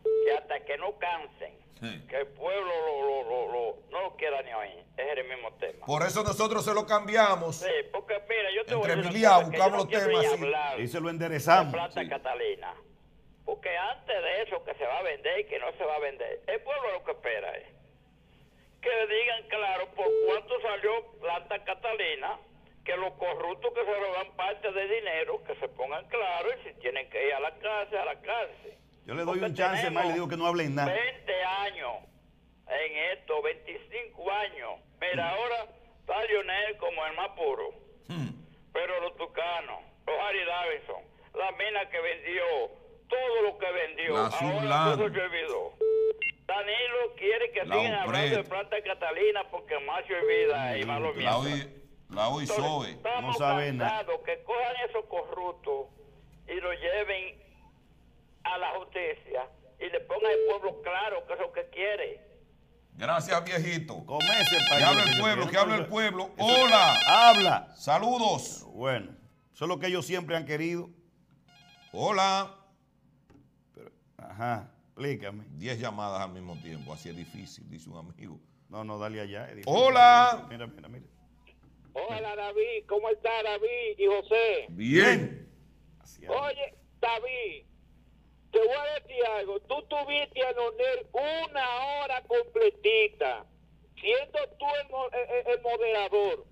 S13: que hasta que no cansen, que el pueblo lo, lo, lo, lo- no lo quiera ni oír, es el mismo tema.
S3: Por eso nosotros se lo cambiamos.
S13: Sí, porque mira, yo te voy a
S3: Entre
S13: decir
S3: Billy Abacus,
S13: una cosa que yo
S3: buscamos
S13: no
S3: los
S13: quiero
S3: temas,
S13: ni
S3: sí.
S13: hablar
S4: Y se lo
S13: de
S4: enderezamos.
S13: Plata Catalina. Porque antes de eso que se va a vender y que no se va a vender, el pueblo lo que espera es que digan claro por cuánto salió Plata Catalina, que los corruptos que se roban parte del dinero, que se pongan claro y si tienen que ir a la cárcel, a la cárcel.
S4: Yo le doy
S13: Porque
S4: un chance más y le
S13: tenemos
S4: digo que no hablen nada.
S13: 20 años en esto, 25 años.
S3: Mm.
S13: Mira, ahora está Lionel como el más puro. Pero los tucanos, los Harry Davidson, la mina que vendió, todo lo que vendió.
S3: La
S13: Ahora todo
S3: Zulán.
S13: se olvidó. Danilo quiere que
S3: La
S13: sigan hablando de
S3: Opret.
S13: Planta Catalina porque más se olvida y más lo
S3: La
S13: mierda.
S3: hoy, la hoy Zoe.
S13: Estamos
S4: sabe nada.
S13: cansados que cojan esos corruptos y lo lleven a la justicia y le pongan al pueblo claro que es lo que quiere.
S3: Gracias, viejito.
S4: Come ese
S3: Que
S4: país.
S3: habla el pueblo, que habla el pueblo. Hola.
S4: Habla.
S3: Saludos.
S4: Bueno, eso es lo que ellos siempre han querido.
S3: Hola.
S4: Ajá, explícame.
S3: Diez llamadas al mismo tiempo. Así es difícil, dice un amigo.
S4: No, no, dale allá. es difícil.
S3: Hola.
S4: Mira, mira, mira.
S2: Hola David, ¿cómo está David y José?
S3: Bien.
S2: Oye, David, te voy a decir algo. Tú tuviste a Nonel una hora completita, siendo tú el, mo- eh, eh, el moderador.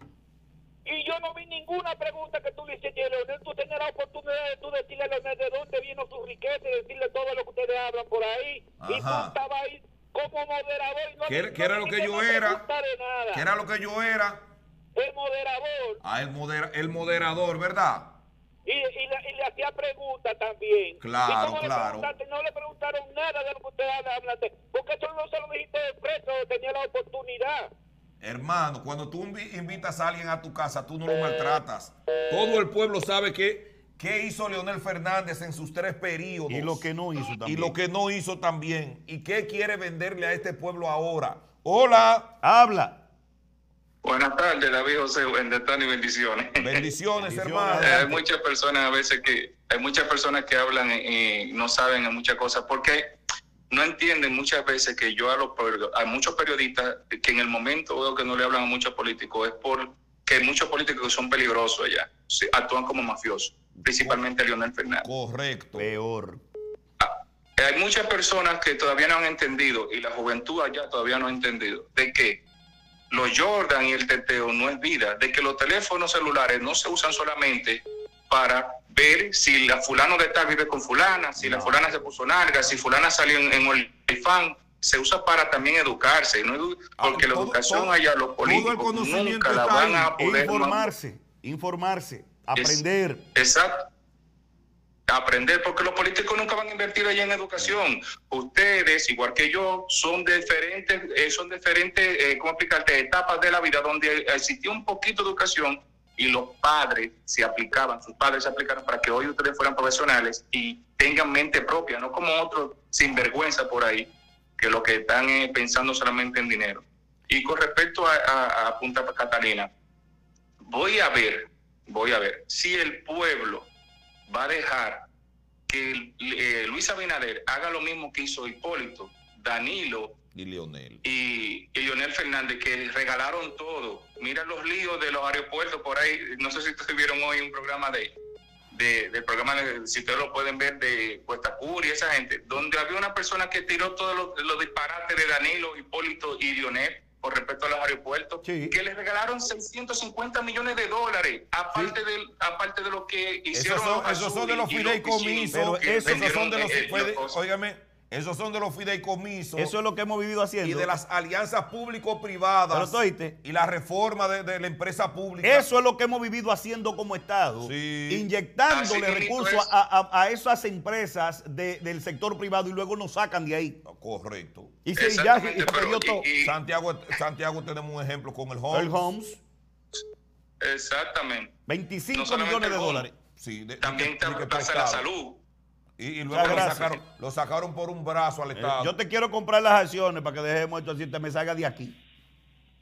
S2: Y yo no vi ninguna pregunta que tú le hiciste a Leonel. Tú tenías la oportunidad de tú decirle a Leonel de dónde vino su riqueza y decirle todo lo que ustedes hablan por ahí. Y tú
S3: Ajá.
S2: estabas ahí como moderador y no
S3: ¿Qué era-
S2: le-
S3: qué era
S2: no
S3: lo que
S2: le
S3: yo
S2: hiciste
S3: era?
S2: preguntar de nada.
S3: ¿Qué era lo que yo era?
S2: El moderador.
S3: Ah, el, moder- el moderador, ¿verdad?
S2: Y, y le, y le hacía preguntas también.
S3: Claro,
S2: ¿Y cómo le
S3: claro.
S2: preguntaste? no le preguntaron nada de lo que ustedes habla- hablan de- Porque eso no se lo dijiste de preso, tenía la oportunidad.
S3: Hermano, cuando tú invi- invitas a alguien a tu casa, tú no
S14: Eh,
S3: lo maltratas. Todo el pueblo sabe que, qué hizo Leonel Fernández en sus tres periodos.
S4: Y lo que no hizo
S3: Y
S4: también.
S3: lo que no hizo también. ¿Y qué quiere venderle a este pueblo ahora? Hola.
S4: Habla.
S8: Buenas tardes, David José, Bendetán y bendiciones.
S3: Bendiciones, hermano.
S8: (laughs) Eh, hay muchas personas a veces que, hay muchas personas que hablan y, y no saben de muchas cosas porque no entienden muchas veces que yo a, los, per- a muchos periodistas que en el momento veo que no le hablan a muchos políticos es porque muchos políticos son peligrosos allá, sí, actúan como mafiosos, principalmente Leonel Fernández.
S3: Correcto.
S4: Peor.
S8: Eh, Hay muchas personas que todavía no han entendido, y la juventud allá todavía no ha entendido, de que los Jordan y el teteo no es vida, de que los teléfonos celulares no se usan solamente para ver si la fulano de tal vive con fulana, si la fulana se puso larga, si fulana salió en, en OnlyFans, se usa para también educarse, no edu- porque la educación allá, los políticos nunca la van a
S4: E
S8: poder...
S4: informarse, informarse, aprender.
S8: Exacto. Aprender, porque los políticos nunca van a invertir allá en educación. Ustedes, igual que yo, son de diferentes, eh, son de diferentes, eh, ¿cómo explicarte? Etapas de la vida donde existía un poquito de educación y los padres se aplicaban, sus padres se aplicaron para que hoy ustedes fueran profesionales y tengan mente propia, no como otros sinvergüenza por ahí, que lo que están eh, pensando solamente en dinero. Y con respecto a, a- a Punta Catalina, voy a ver, voy a ver si el pueblo va a dejar que eh, Luis Abinader haga lo mismo que hizo Hipólito, Danilo
S3: Y Leonel.
S8: y, y Leonel Fernández, que regalaron todo. Mira los líos de los aeropuertos por ahí. No sé si ustedes vieron hoy un programa de, de, del programa, de- si ustedes lo pueden ver, de Cuesta Curi, esa gente, donde había una persona que tiró todos los, los disparates de Danilo, Hipólito y Leonel con respecto a los aeropuertos,
S4: Sí.
S8: que les regalaron 650 millones de dólares, aparte, del, aparte de lo que hicieron
S3: Esos son,
S8: los
S3: esos son de los
S8: azules y que hicieron-
S3: fideicomisos.
S8: que
S3: Esos son de
S8: vendieron,
S3: los
S8: eh,
S3: fide-
S8: los-
S3: óigame, esos son de los fideicomisos.
S4: Eso es lo que hemos vivido
S3: y
S4: haciendo.
S3: de las alianzas
S4: Pero
S3: público-privadas
S4: tú oíste,
S3: y la reforma de, de la empresa pública.
S4: Eso es lo que hemos vivido haciendo como Estado,
S3: Sí.
S4: inyectándole
S8: Así mismo
S4: recursos
S8: es.
S4: a, a- a esas empresas de- del sector privado y luego nos sacan de ahí.
S3: Correcto.
S4: Y se y ya se-
S8: Exactamente,
S4: y se
S8: pero-
S4: perdió
S8: y-
S4: todo.
S8: y-
S3: Santiago, Santiago tenemos un ejemplo con el Holmes.
S4: Earl Holmes,
S8: Exactamente.
S4: 25
S8: No solamente
S4: millones de
S8: el Holmes.
S4: dólares.
S3: Sí, de-
S8: También
S3: de- de-
S8: te
S3: de- de-
S8: pasa la
S3: prestado.
S8: salud.
S3: Y, y luego lo
S4: gracias.
S3: sacaron, lo sacaron por un brazo al
S4: Eh,
S3: Estado.
S4: yo te quiero comprar las acciones para que dejemos esto así, te me salga de aquí.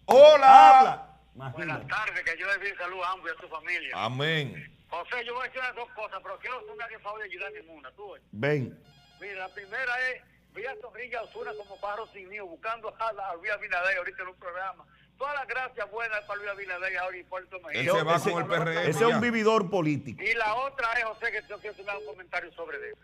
S3: ¡Hola!
S4: Habla.
S2: Buenas
S4: Imagínate.
S2: tardes, que yo le di salud a ambos y a tu familia.
S3: Amén.
S2: José, yo voy a decir las dos cosas, pero quiero que tú me hagas el favor de ayudarme en una, tú. oye.
S4: Ven.
S2: Mira, la primera es, vi a Zorrilla Osuna como pájaro sin nido, buscando a, la, a Luis Abinader ahorita en un programa. Todas las gracias buenas para Luis Abinader ahora y Puerto México.
S3: Él
S4: Yo-
S3: se va
S4: ese-
S3: con el PRM.
S4: Ese es
S3: ya.
S4: un vividor político.
S2: Y la otra es, José, que yo quiero que me haga un comentario sobre esto.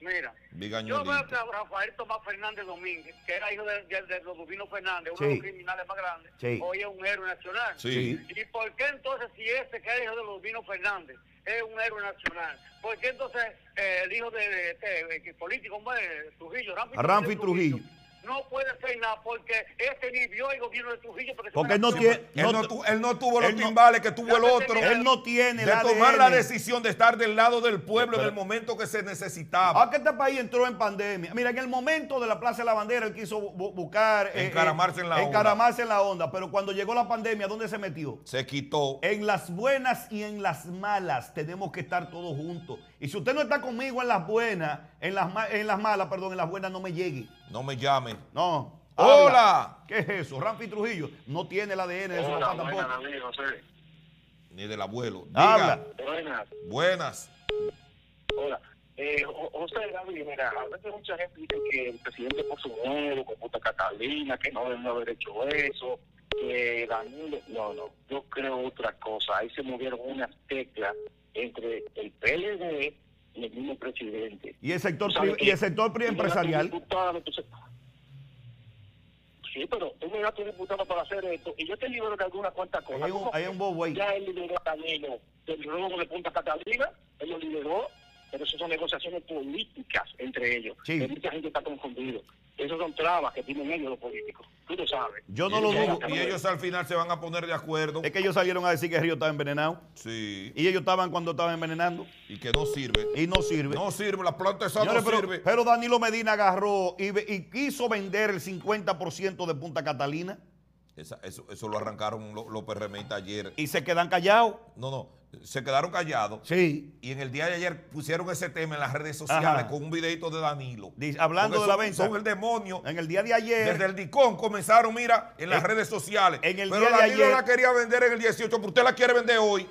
S2: Mira,
S3: Diga,
S2: yo veo
S3: ñuelito.
S2: que a Rafael Tomás Fernández Domínguez, que era hijo de, de, de Rodovino Fernández, uno
S4: Sí.
S2: de los criminales más grandes,
S4: Sí.
S2: hoy es un héroe nacional.
S3: Sí.
S2: ¿Y por qué entonces, si ese que era hijo de Rodovino Fernández es un héroe nacional, por qué entonces eh, el hijo de, de- de- de- que político, ¿cómo es? Trujillo, Ramfi
S4: Ramfi Trujillo.
S15: no puede hacer nada porque este ni vio el gobierno de Trujillo. Porque,
S4: Porque no tiene.
S3: Él no, tu- él no tuvo los timbales que tuvo el otro.
S4: Él no tiene
S3: De
S4: el
S3: tomar
S4: ADN.
S3: la decisión de estar del lado del pueblo en
S4: Pero-
S3: el momento que se necesitaba.
S4: Ah, que este país entró en pandemia. Mira, en el momento de la Plaza de la Bandera, él quiso bu- buscar. eh,
S3: Encaramarse en la onda.
S4: encaramarse en la onda. Pero cuando llegó la pandemia, ¿dónde se metió?
S3: Se quitó.
S4: En las buenas y en las malas tenemos que estar todos juntos. Y si usted no está conmigo en las buenas, en las, ma- en las malas, perdón, en las buenas no me llegue.
S3: No me llame.
S4: No.
S3: Hola.
S4: Habla. ¿Qué es eso? Ramfi Trujillo no tiene el ADN de su
S7: Hola,
S4: papá
S7: buenas,
S4: tampoco.
S7: amigo, José.
S3: Ni del abuelo. Diga.
S4: Habla.
S7: Buenas.
S3: Buenas.
S7: Hola. Eh, Jo- José David, mira, a veces mucha gente dice que el presidente por su nuevo, con puta Catalina, que no debió haber hecho eso, que Danilo. No, no, yo creo otra cosa. Ahí se movieron unas teclas entre el PLD y el mismo presidente.
S4: Y el sector,
S7: Tú sabes
S4: pri-
S7: que-
S4: y el sector pri-
S7: tú me das tu
S4: empresarial.
S7: diputado, tú se- Sí, pero tú me das tu diputado para hacer esto y yo te libero de alguna cuanta cosa.
S4: Hay un-
S7: ¿Cómo
S4: hay
S7: que
S4: un bobo ahí.
S7: Ya él liberó a Danilo del robo de Punta Catalina, él lo liberó, pero eso son negociaciones políticas entre ellos.
S4: Sí.
S7: Que mucha gente está confundido. Esas son trabas que tienen ellos los políticos. Tú lo sabes.
S4: Yo no lo
S7: Ya,
S4: dudo.
S7: ya,
S3: Y
S7: ya.
S3: ellos al final se van a poner de acuerdo.
S4: Es que ellos salieron a decir que Río estaba envenenado.
S3: Sí.
S4: Y ellos estaban cuando estaban envenenando.
S3: Y que no sirve.
S4: Y no sirve.
S3: No sirve. La planta esa
S4: Señores,
S3: no
S4: pero,
S3: sirve.
S4: pero Danilo Medina agarró y, ve- y quiso vender el 50% de Punta Catalina
S3: Esa- eso, eso lo arrancaron los lo PRMistas ayer.
S4: y se quedan callados.
S3: No, no. Se quedaron callados.
S4: Sí.
S3: Y en el día de ayer pusieron ese tema en las redes sociales
S4: Ajá.
S3: con un videito de Danilo.
S4: Dice- hablando de
S3: Porque
S4: la
S3: son-
S4: venta.
S3: Son el demonio.
S4: En el día de ayer.
S3: Desde el DICON comenzaron, mira, en las
S4: En-
S3: redes sociales.
S4: en el
S3: Pero
S4: día de
S3: Danilo
S4: ayer-
S3: la quería vender en el 18, pero usted la quiere vender hoy.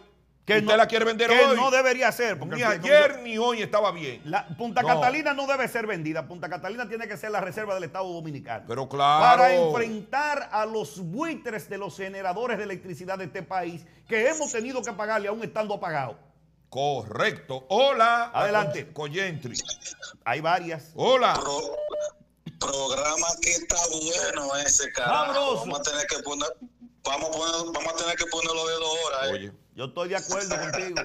S4: que
S3: usted
S4: no,
S3: la quiere vender
S4: que
S3: hoy.
S4: no debería ser. Porque
S3: ni
S4: el-
S3: ayer ni hoy estaba bien.
S4: la- Punta
S3: No.
S4: Catalina no debe ser vendida. Punta Catalina tiene que ser la reserva del Estado Dominicano.
S3: Pero claro.
S4: Para enfrentar a los buitres de los generadores de electricidad de este país que hemos tenido que pagarle aún estando apagado.
S3: Correcto. Hola.
S4: Adelante.
S3: Coyentri.
S4: Hay varias.
S3: Hola.
S16: Programa que está bueno ese
S4: Sabroso.
S16: carajo. Vamos a tener que poner, vamos a poner, vamos a tener que ponerlo de dos horas. eh.
S3: Oye.
S4: Yo estoy de acuerdo
S16: (laughs)
S4: contigo.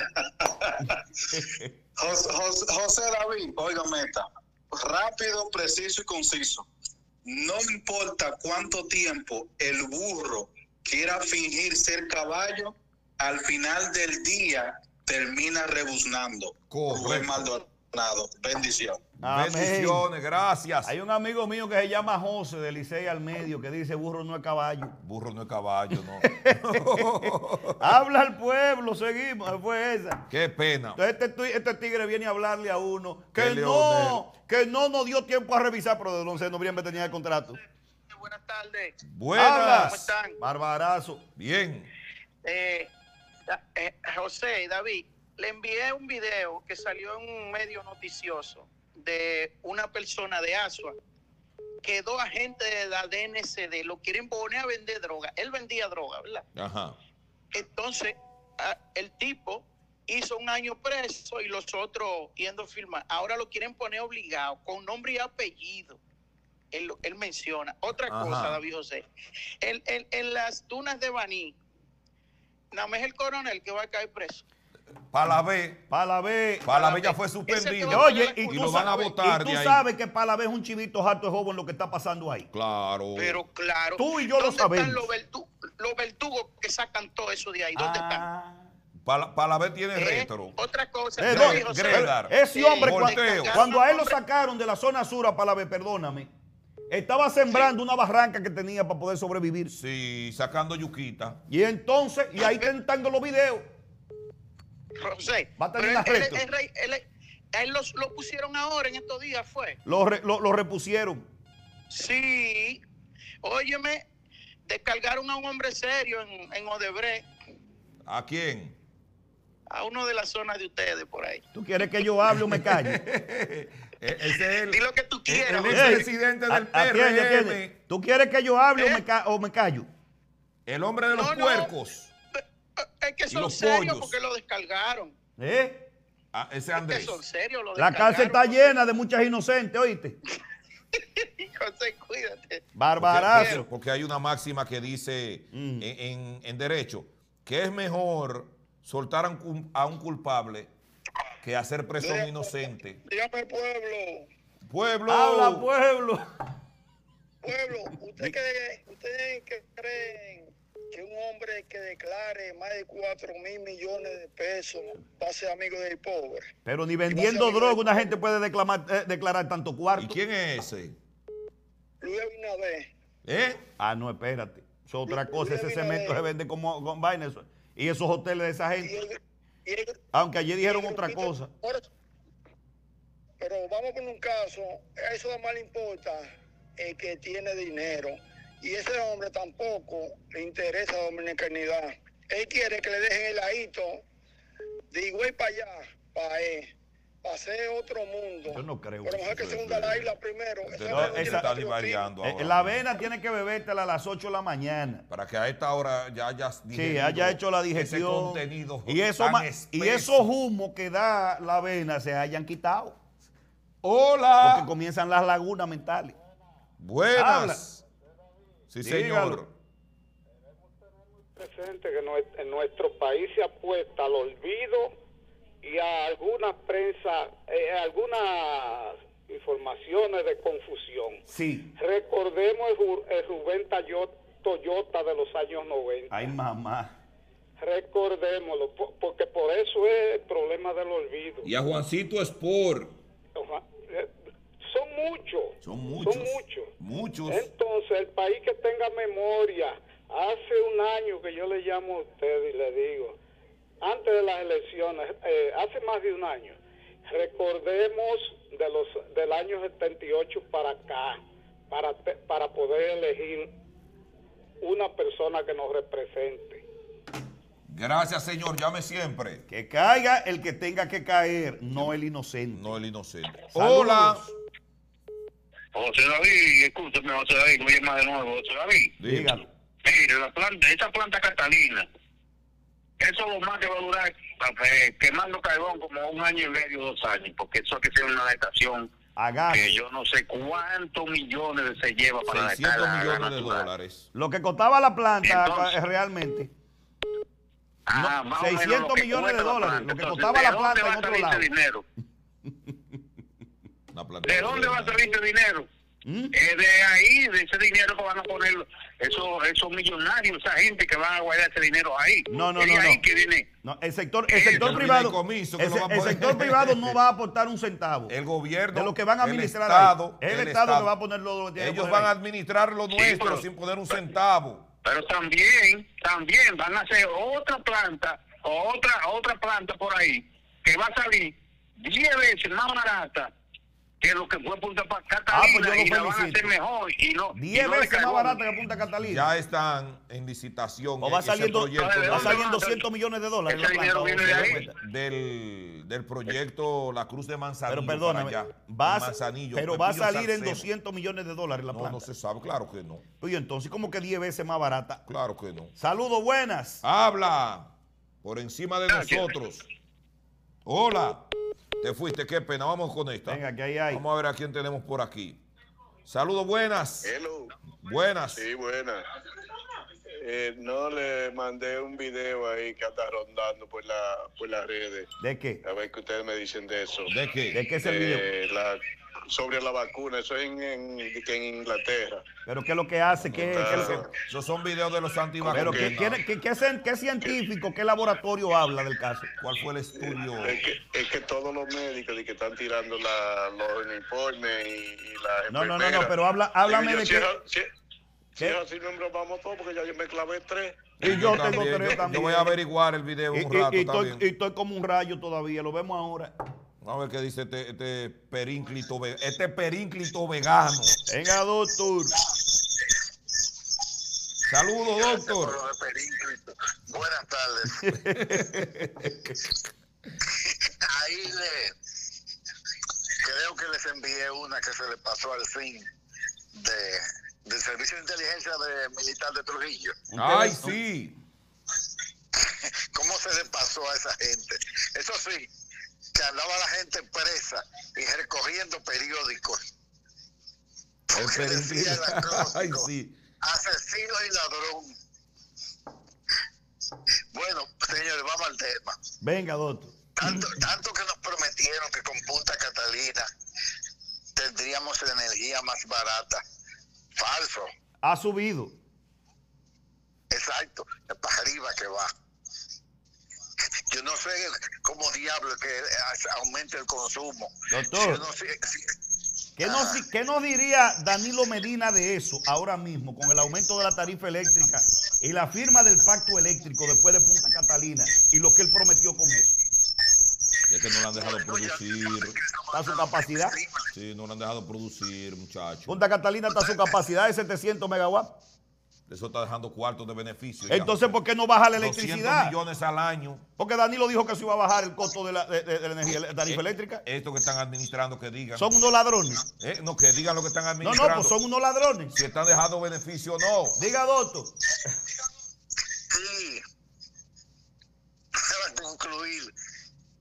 S16: José, José- José David, óigame esta. Rápido, preciso y conciso. No importa cuánto tiempo el burro quiera fingir ser caballo, al final del día termina rebuznando.
S3: Correcto.
S16: Rubén Maldonado. Bendición.
S4: Amén.
S3: Bendiciones. Gracias.
S4: Hay un amigo mío que se llama José de Licey al medio que dice burro no es caballo.
S3: Burro no es caballo, no.
S4: (laughs) Habla al pueblo, seguimos, fue esa.
S3: Qué pena.
S4: Entonces este, tu- este tigre viene a hablarle a uno que
S3: Qué
S4: no, que no nos dio tiempo a revisar, pero del 11 de noviembre tenía el contrato.
S15: Buenas tardes.
S4: Habla.
S3: Buenas.
S15: están?
S4: Barbarazo.
S3: Bien.
S15: Eh, da- eh, José, David, le envié un video que salió en un medio noticioso de una persona de Asua que dos agentes de la DNCD lo quieren poner a vender droga. Él vendía droga, ¿verdad?
S3: Ajá.
S15: Entonces, a- el tipo hizo un año preso y los otros yendo a firmar. Ahora lo quieren poner obligado, con nombre y apellido. Él, lo- él menciona. Otra
S3: Ajá.
S15: cosa, David José. En, en- en las dunas de Baní, nada más es el coronel que va a caer preso.
S3: Palabé.
S4: Palabé.
S3: Palabé ya
S15: Palabé.
S3: fue suspendido.
S15: Ese que-
S4: Oye, y,
S15: Y
S4: tú
S15: lo
S3: van a
S4: sabes-
S3: votar
S4: y
S3: de
S4: tú
S3: ahí.
S4: sabes que Palabé es un chivito harto de joven lo que está pasando ahí.
S3: Claro.
S15: Pero claro.
S4: Tú y yo lo
S15: ¿dónde están
S4: sabemos.
S15: los, verdu- los verdugos que sacan todo eso de ahí? ¿Dónde están?
S4: Ah.
S3: Pala- Palabé tiene
S15: Eh,
S3: retro.
S15: Otra cosa,
S4: Eh,
S15: David
S4: no,
S15: José.
S3: Greda.
S4: Ese hombre, cua-
S3: Volteo.
S4: cuando, a él lo sacaron de la zona sur a Palabé, perdóname, estaba sembrando una barranca que tenía para poder sobrevivir.
S3: Sí, sacando yuquita.
S4: Y entonces, y ahí están están los videos.
S15: José.
S4: Va a tener
S15: pero él-
S4: un
S15: él-
S4: arresto.
S15: él- él- él- a él los- lo pusieron ahora en estos días, fue.
S4: Lo, re- lo- lo repusieron.
S15: Sí. Óyeme, descargaron a un hombre serio en, en Odebrecht,
S3: ¿A quién?
S15: a uno de las zonas de ustedes por ahí.
S4: ¿Tú quieres que yo hable o me calle?
S3: E- (laughs) Ese es el,
S15: Di lo que tú quieras.
S3: el
S15: José.
S3: expresidente del
S4: A- atiende,
S3: PRM.
S4: atiende. ¿Tú quieres que yo hable
S3: ¿Eh?
S4: o, me ca- o me callo?
S3: El hombre de los
S15: No, no.
S3: puercos.
S15: Es que son
S3: los
S15: serios
S3: pollos.
S15: porque lo descargaron.
S4: ¿Eh?
S3: Ah, ese
S15: Es que
S3: Andrés.
S15: son serios lo
S4: La cárcel está
S15: descargaron.
S4: llena de muchas inocentes, oíste.
S15: José, cuídate.
S3: Porque,
S4: Barbarazo.
S3: porque- porque hay una máxima que dice
S4: Mm.
S3: en, en- en derecho que es mejor soltar a un, cul- a un culpable que hacer preso a un inocente.
S15: Dígame, pueblo.
S3: Pueblo.
S4: Habla, pueblo.
S17: Pueblo, ¿ustedes creen, ¿ustedes que creen que un hombre que declare más de 4 mil millones de pesos va a ser amigo del pobre?
S4: Pero ni vendiendo droga una gente puede declamar- eh, declarar tanto cuarto. ¿Y
S3: quién es ese?
S17: Luis Abinader,
S3: ¿Eh?
S4: Ah, no, espérate. Eso es otra cosa. Ese cemento se vende como con vaina. eso- Y esos hoteles de esa gente. Aunque ayer dijeron otra cosa.
S17: pero vamos con un caso, eso más le importa el que tiene dinero. Y ese hombre tampoco le interesa la dominicanidad. Él quiere que le dejen el ladito de Higüey para allá, para él, para hacer otro mundo.
S4: Yo no creo.
S17: Pero mejor que se hunda la isla primero. Esa
S4: No,
S17: es la
S4: esa-
S3: está divariando
S4: Eh,
S3: ahora
S4: la avena tiene que bebértela a las 8 de la mañana.
S3: Para que a esta hora ya hayas
S4: Sí,
S3: digerido
S4: haya hecho la digestión.
S3: Ese contenido
S4: y, eso
S3: tan
S4: ma- y
S3: espeso.
S4: esos humos que da la avena se hayan quitado.
S3: Hola.
S4: Porque comienzan las lagunas mentales. Habla.
S3: Buenas. Sí,
S4: Dígalo.
S3: señor.
S14: presente que nue- en nuestro país se apuesta al olvido y a algunas prensa, eh, a algunas informaciones de confusión.
S4: Sí.
S14: Recordemos el, Ju- el Rubén Tayo- Toyota de los años 90.
S4: Ay, mamá.
S14: Recordémoslo, po- porque por eso es el problema del olvido.
S3: Y a Juancito Sport.
S14: Oja- eh, Son muchos.
S3: Son muchos.
S14: Son muchos.
S3: Muchos.
S14: Entonces, el país que tenga memoria, hace un año que yo le llamo a usted y le digo, antes de las elecciones, eh, hace más de un año, recordemos de los del año 78 para acá, para, te- para poder elegir una persona que nos represente.
S3: Gracias, señor. Llame siempre.
S4: Que caiga el que tenga que caer, no el inocente. No
S3: el inocente.
S4: Hola.
S7: José David, escúchame, José David, me llama de nuevo, José David.
S4: Dígalo.
S7: Mire, la planta, esa planta catalina, eso lo más que va a durar eh, quemando carbón como un año y medio, dos años, porque eso hay que tiene una estación
S4: Ah.
S7: que yo no sé cuántos millones se lleva para la
S3: 600
S7: escala
S3: millones de
S7: natural.
S3: dólares.
S4: Lo que costaba la planta
S7: Entonces,
S4: eh, realmente.
S7: Ah,
S4: No,
S7: más o menos
S4: 600
S7: lo que
S4: millones de
S7: cuesta la
S4: dólares,
S7: planta.
S4: lo que
S7: Entonces,
S4: costaba
S7: ¿de
S4: la
S7: dónde
S4: planta
S7: va
S4: en
S7: a
S4: otro
S7: salir ese
S4: lado?
S7: dinero?
S3: (laughs) Una planta
S7: ¿De dónde va a salir ese dinero?
S4: ¿Mm?
S7: Eh, de ahí, de ese dinero que van a poner esos, esos millonarios, esa gente que van a guardar ese dinero ahí.
S4: No, no,
S7: Es
S4: no,
S7: ahí
S4: no.
S7: que viene.
S4: No, el sector, el
S7: Eh,
S4: sector
S7: el
S4: privado.
S7: fideicomiso que
S4: El,
S7: no va a
S4: se- el
S7: poder.
S4: sector privado no va a aportar un centavo.
S3: El gobierno.
S4: De lo que van a
S3: el
S4: administrar. ahí.
S3: Estado,
S4: el,
S3: el
S4: Estado que
S3: Estado.
S4: va a poner lo lo que tiene que
S3: Ellos
S4: poner
S3: van a
S4: ahí.
S3: administrar lo
S4: Sí,
S3: nuestro
S4: pero-
S3: sin poner un centavo.
S7: Pero también, también van a hacer otra planta, o otra, otra planta por ahí, que va a salir 10 veces más barata que lo que fue Punta Pa- Catalina
S4: pues yo lo
S7: y la van a hacer
S4: felicito.
S7: mejor y no, y
S4: Diez
S7: no de
S4: veces más
S7: carbón.
S4: barata que Punta Catalina.
S3: Ya están en licitación.
S4: O va
S3: ese
S4: saliendo,
S3: proyecto
S4: va
S3: del-
S4: saliendo 200 millones de dólares. la planta, o sea, la cuenta.
S3: Del, del proyecto La Cruz de Manzanillo.
S4: Pero perdóname,
S3: para allá,
S4: va a,
S3: en Manzanillo,
S4: pero va a
S3: Pepillo
S4: salir en
S3: Salcedo.
S4: 200 millones de dólares la
S3: No,
S4: planta.
S3: no se sabe, claro que no.
S4: Oye, entonces, ¿cómo que 10 veces más barata?
S3: Claro que no.
S4: Saludos, buenas.
S3: Habla por encima de nosotros. Hola. Te fuiste, qué pena. Vamos con esta. Venga,
S4: que ahí hay.
S3: Vamos a ver a quién tenemos por aquí. Saludos, buenas.
S6: Hello.
S3: Buenas.
S6: Sí, buenas. Eh, no le mandé un video ahí que anda rondando por la por las redes.
S4: ¿De qué?
S6: A ver qué ustedes me dicen de eso.
S4: ¿De qué? ¿De qué es el
S6: Eh, la- sobre la vacuna, eso es en, en, que en Inglaterra.
S4: Pero ¿qué es lo que hace? ¿Qué, qué es lo que-
S3: Esos son videos de los
S4: pero ¿qué,
S3: antivacunas.
S4: qué- qué- qué cien- qué científico, qué laboratorio habla del caso?
S3: ¿Cuál fue el estudio?
S6: Es que, es que todos los médicos de que están tirando la, los uniformes y, y las
S4: No, no, no,
S6: enfermeras.
S4: no, pero habla-
S6: Digo
S4: háblame
S6: yo,
S4: de
S6: si
S4: qué-
S6: es a- si- si es así, no, hombre, vamos todos porque ya yo me clavé tres.
S4: Y yo tengo
S3: también,
S4: tres
S3: yo-
S4: también.
S3: yo voy a averiguar el video
S4: Y,
S3: un
S4: y- y
S3: rato
S4: estoy,
S3: también.
S4: y estoy como un rayo todavía, lo vemos ahora.
S3: Vamos a ver qué dice este, este perínclito ve- este perínclito vegano.
S4: Venga, doctor.
S3: Saludos, doctor.
S18: Buenas tardes. Ahí le creo que les envié una que se le pasó al fin de del servicio de inteligencia de militar de Trujillo.
S3: Ay, sí.
S18: ¿Cómo se le pasó a esa gente? Eso sí, que andaba la gente presa y recogiendo periódicos,
S3: El perínclito. (laughs) Ay, sí.
S18: asesino y ladrón. Bueno, señores, vamos al tema.
S4: Venga, doctor.
S18: Tanto, tanto que nos prometieron que con Punta Catalina tendríamos energía más barata.
S7: Falso.
S4: Ha subido.
S7: Exacto, es para arriba que va. Yo no sé cómo diablo que eh, aumente el consumo.
S4: Doctor.
S7: Yo no sé si-
S4: ¿Qué nos, qué nos diría Danilo Medina de eso ahora mismo con el aumento de la tarifa eléctrica y la firma del pacto eléctrico después de Punta Catalina y lo que él prometió con eso?
S19: Ya que no lo han dejado producir.
S4: ¿Está su capacidad?
S19: Sí, no lo han dejado producir, muchachos.
S4: Punta Catalina está su capacidad de 700 megawatts.
S3: Eso está dejando cuartos de beneficio. ya.
S4: Entonces, ¿por qué no baja la
S3: 200
S4: electricidad?
S3: millones al año.
S4: Porque Danilo dijo que se iba a bajar el costo de la, de- de- de la energía, la tarifa
S3: Eh,
S4: eléctrica.
S3: Estos que están administrando, que digan.
S4: Son unos ladrones.
S3: Eh, no, que digan lo que están
S4: No,
S3: administrando.
S4: no, pues son unos ladrones.
S3: Si están dejando beneficio o no.
S4: Diga, doctor.
S7: Sí. Para concluir,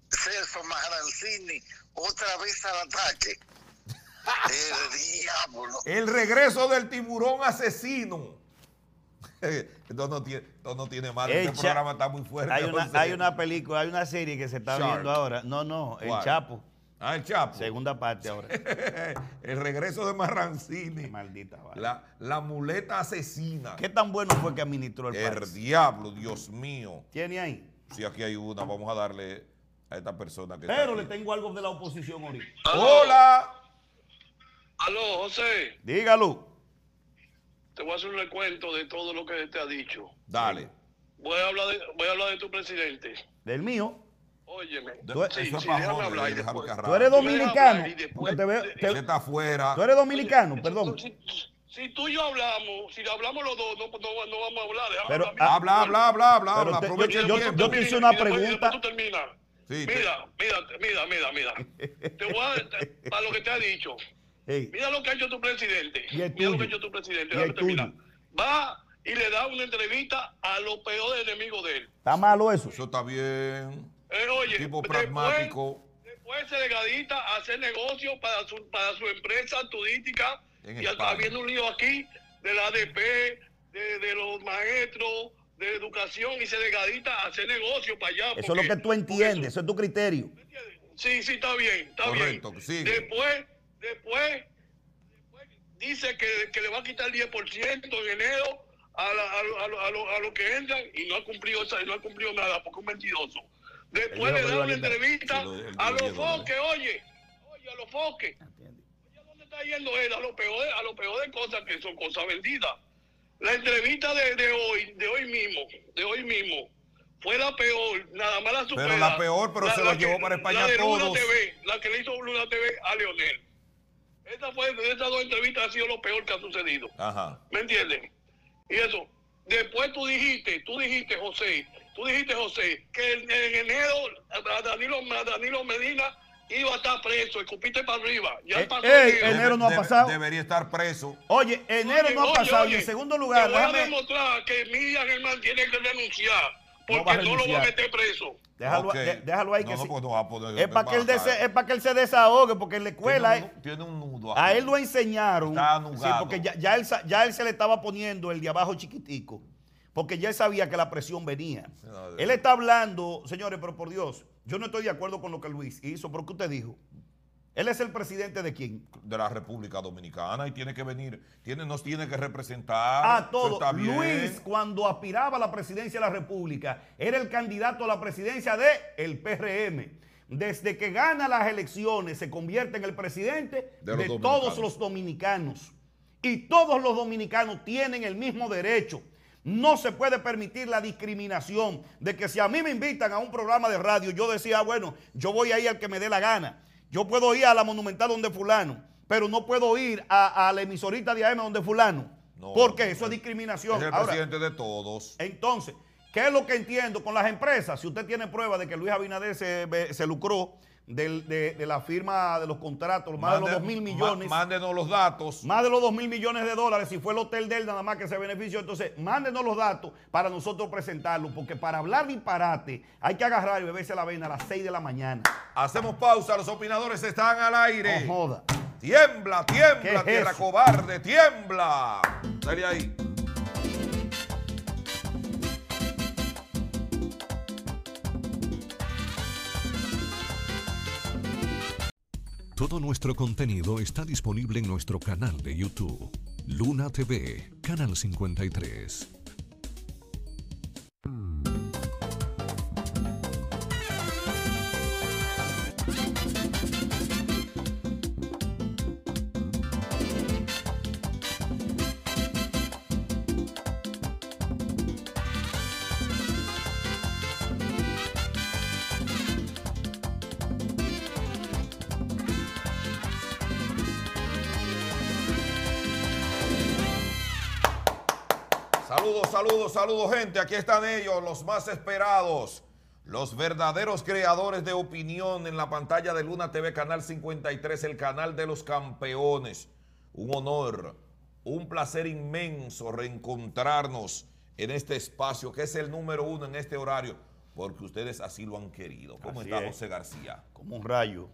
S7: Celso Maranzini otra vez al ataque. El diablo.
S3: El regreso del tiburón asesino. (laughs) Esto no tiene, esto no tiene madre.
S4: El
S3: Este
S4: Cha-
S3: programa está muy fuerte.
S4: Hay una,
S3: entonces.
S4: hay una película, hay una serie que se está
S3: Shark.
S4: viendo ahora. No, no, El
S3: ¿Cuál?
S4: Chapo.
S3: Ah, El Chapo.
S4: Segunda parte ahora.
S3: (laughs) El regreso de Marrancini.
S4: maldita vaina.
S3: La, la muleta asesina.
S4: ¿Qué tan bueno fue que administró el
S3: El
S4: país?
S3: diablo, Dios mío.
S4: ¿Tiene ahí?
S3: Sí, aquí hay una. Vamos a darle a esta persona que
S4: Pero
S3: está
S4: le
S3: aquí.
S4: tengo algo de la oposición ahorita.
S3: ¡Hola!
S6: Aló, José,
S4: Dígalo.
S6: te voy a hacer un recuento de todo lo que te ha dicho.
S3: Dale.
S6: Voy a hablar de, voy a hablar de tu presidente.
S4: Del mío.
S6: Óyeme.
S4: Tú-
S6: Sí,
S4: eso es
S6: sí,
S4: pa'
S6: déjame
S4: joder,
S6: hablar y
S4: déjame
S6: después-
S4: que Tú eres dominicano. porque te veo- te- Tú eres dominicano, perdón.
S6: Si tú y yo hablamos, si hablamos los dos, no, no- no vamos a hablar. déjame
S4: Pero,
S3: ah,
S6: hablar.
S4: Habla, habla, habla, habla,
S6: Pero
S4: habla,
S6: te-
S4: aprovecha
S6: yo-
S4: el
S6: yo-
S4: tiempo.
S6: yo te hice
S4: Termina,
S6: una
S4: y después- y después
S6: pregunta.
S4: tú
S3: Sí, te-
S6: mira, mira, mira, mira, mira. Te voy a para lo que te ha dicho.
S4: Ey.
S6: Mira lo que ha hecho tu presidente.
S4: Y
S6: Mira lo
S4: el
S6: que ha
S4: tuyo.
S6: hecho tu presidente.
S4: Y el
S6: Déjame terminar.
S4: tuyo.
S6: Va y le da una entrevista a los peores enemigos de él.
S4: Está malo eso.
S3: Eso está bien.
S6: Eh, oye,
S3: tipo
S6: después-
S3: pragmático.
S6: Después se degadita a hacer negocio para su, para su empresa turística.
S3: En
S6: y está
S3: España.
S6: habiendo un lío aquí de la ADP, de, de los maestros, de educación, y se degadita a hacer negocio para allá.
S4: Eso es lo que tú entiendes, eso es tu criterio.
S6: Sí, sí, está bien, está
S4: Correcto,
S6: bien.
S4: sigue.
S6: Después, después, después dice que, que le va a quitar el 10% en enero a, la- a, lo- a, lo- a, lo- a lo que entran y no ha cumplido esa- no ha cumplido nada porque es un mentiroso. Después
S20: Él dijo que le
S6: le da
S20: iba a
S6: una
S20: quitar.
S6: entrevista
S20: Sí, lo- él
S6: a
S20: dijo
S6: los
S20: que iba a
S6: foques, oye, oye, a los foques. Oye, ¿a ¿dónde está yendo él? A lo peor, de- a lo peor de cosas que son cosas vendidas. La entrevista de, de hoy, de hoy mismo, de hoy mismo, fue la peor, nada más la supera.
S3: Pero la peor, pero se lo
S6: que-
S3: llevó para España
S6: la de Luna
S3: todos.
S6: TV, la que le hizo Luna TV a Leonel. Esa fue, esas dos entrevistas han sido lo peor que ha sucedido.
S3: Ajá.
S6: ¿Me entiendes? Y eso. Después tú dijiste, tú dijiste, José, tú dijiste, José, que en, en enero a- a Danilo, a Danilo Medina iba a estar preso, escupiste para arriba. Ya
S4: Eh,
S6: pasó
S4: ey, enero no ha pasado.
S3: Debería estar preso.
S4: Oye, enero
S6: Oye,
S4: no ha
S6: oye,
S4: pasado. Y
S6: oye,
S4: en segundo lugar,
S6: te voy a
S4: déjame,
S6: demostrar que Miriam Germán tiene que renunciar
S4: No va a
S6: porque no, lo voy a
S4: renunciar.
S6: meter preso.
S4: déjalo, de- déjalo ahí
S3: No,
S4: que
S3: no,
S4: sí.
S3: pues no va a poder-
S4: Es para que, él
S3: va a caer.
S4: dese- es para que él se desahogue, porque en la escuela eh,
S3: Tiene un- tiene un nudo.
S4: a
S3: aquí.
S4: él lo enseñaron. Sí,
S3: anugado.
S4: porque ya, ya él, sa- ya él se le estaba poniendo el de abajo chiquitico, porque ya él sabía que la presión venía.
S3: No, de-
S4: Él está hablando, señores, pero por Dios, yo no estoy de acuerdo con lo que Luis hizo, pero ¿qué usted dijo? Él es el presidente de quién?
S3: de la República Dominicana y tiene que venir, tiene, nos tiene que representar.
S4: a
S3: Eso
S4: todo.
S3: está bien.
S4: Luis, cuando aspiraba a la presidencia de la República, era el candidato a la presidencia de el PRM. Desde que gana las elecciones, se convierte en el presidente
S3: De
S4: de,
S3: los dominicanos.
S4: todos los dominicanos. Y todos los dominicanos tienen el mismo derecho. No se puede permitir la discriminación de que si a mí me invitan a un programa de radio, yo decía, bueno, yo voy ahí al que me dé la gana. Yo puedo ir a la monumental donde fulano, pero no puedo ir a, a la emisorita de AM donde fulano.
S3: No,
S4: porque eso
S3: no,
S4: es discriminación.
S3: Es el
S4: Ahora,
S3: presidente de todos.
S4: entonces, ¿qué es lo que entiendo con las empresas? Si usted tiene prueba de que Luis Abinader se, ve- se lucró del- de, de la firma de los contratos, más de
S3: Mande-
S4: los 2 mil millones.
S3: ma- Mándenos los datos.
S4: Más de los 2 mil millones de dólares, si fue el hotel de él nada más que se benefició. Entonces, mándenos los datos para nosotros presentarlos, porque para hablar disparate hay que agarrar y beberse la vena a las 6 de la mañana.
S3: Hacemos pausa, los opinadores están al aire.
S4: No joda.
S3: Tiembla,
S4: ¿Qué es
S3: tiembla, tierra
S4: eso?
S3: cobarde, tiembla. Dale ahí.
S1: Todo nuestro contenido está disponible en nuestro canal de YouTube, Luna TV, Canal 53.
S3: Saludos, saludos, saludos, gente. Aquí están ellos, los más esperados, los verdaderos creadores de opinión en la pantalla de Luna TV, Canal 53, el canal de los campeones. Un honor, un placer inmenso reencontrarnos en este espacio que es el número uno en este horario, porque ustedes así lo han querido. ¿Cómo
S4: Así
S3: está
S4: es.
S3: José García?
S4: Como un rayo.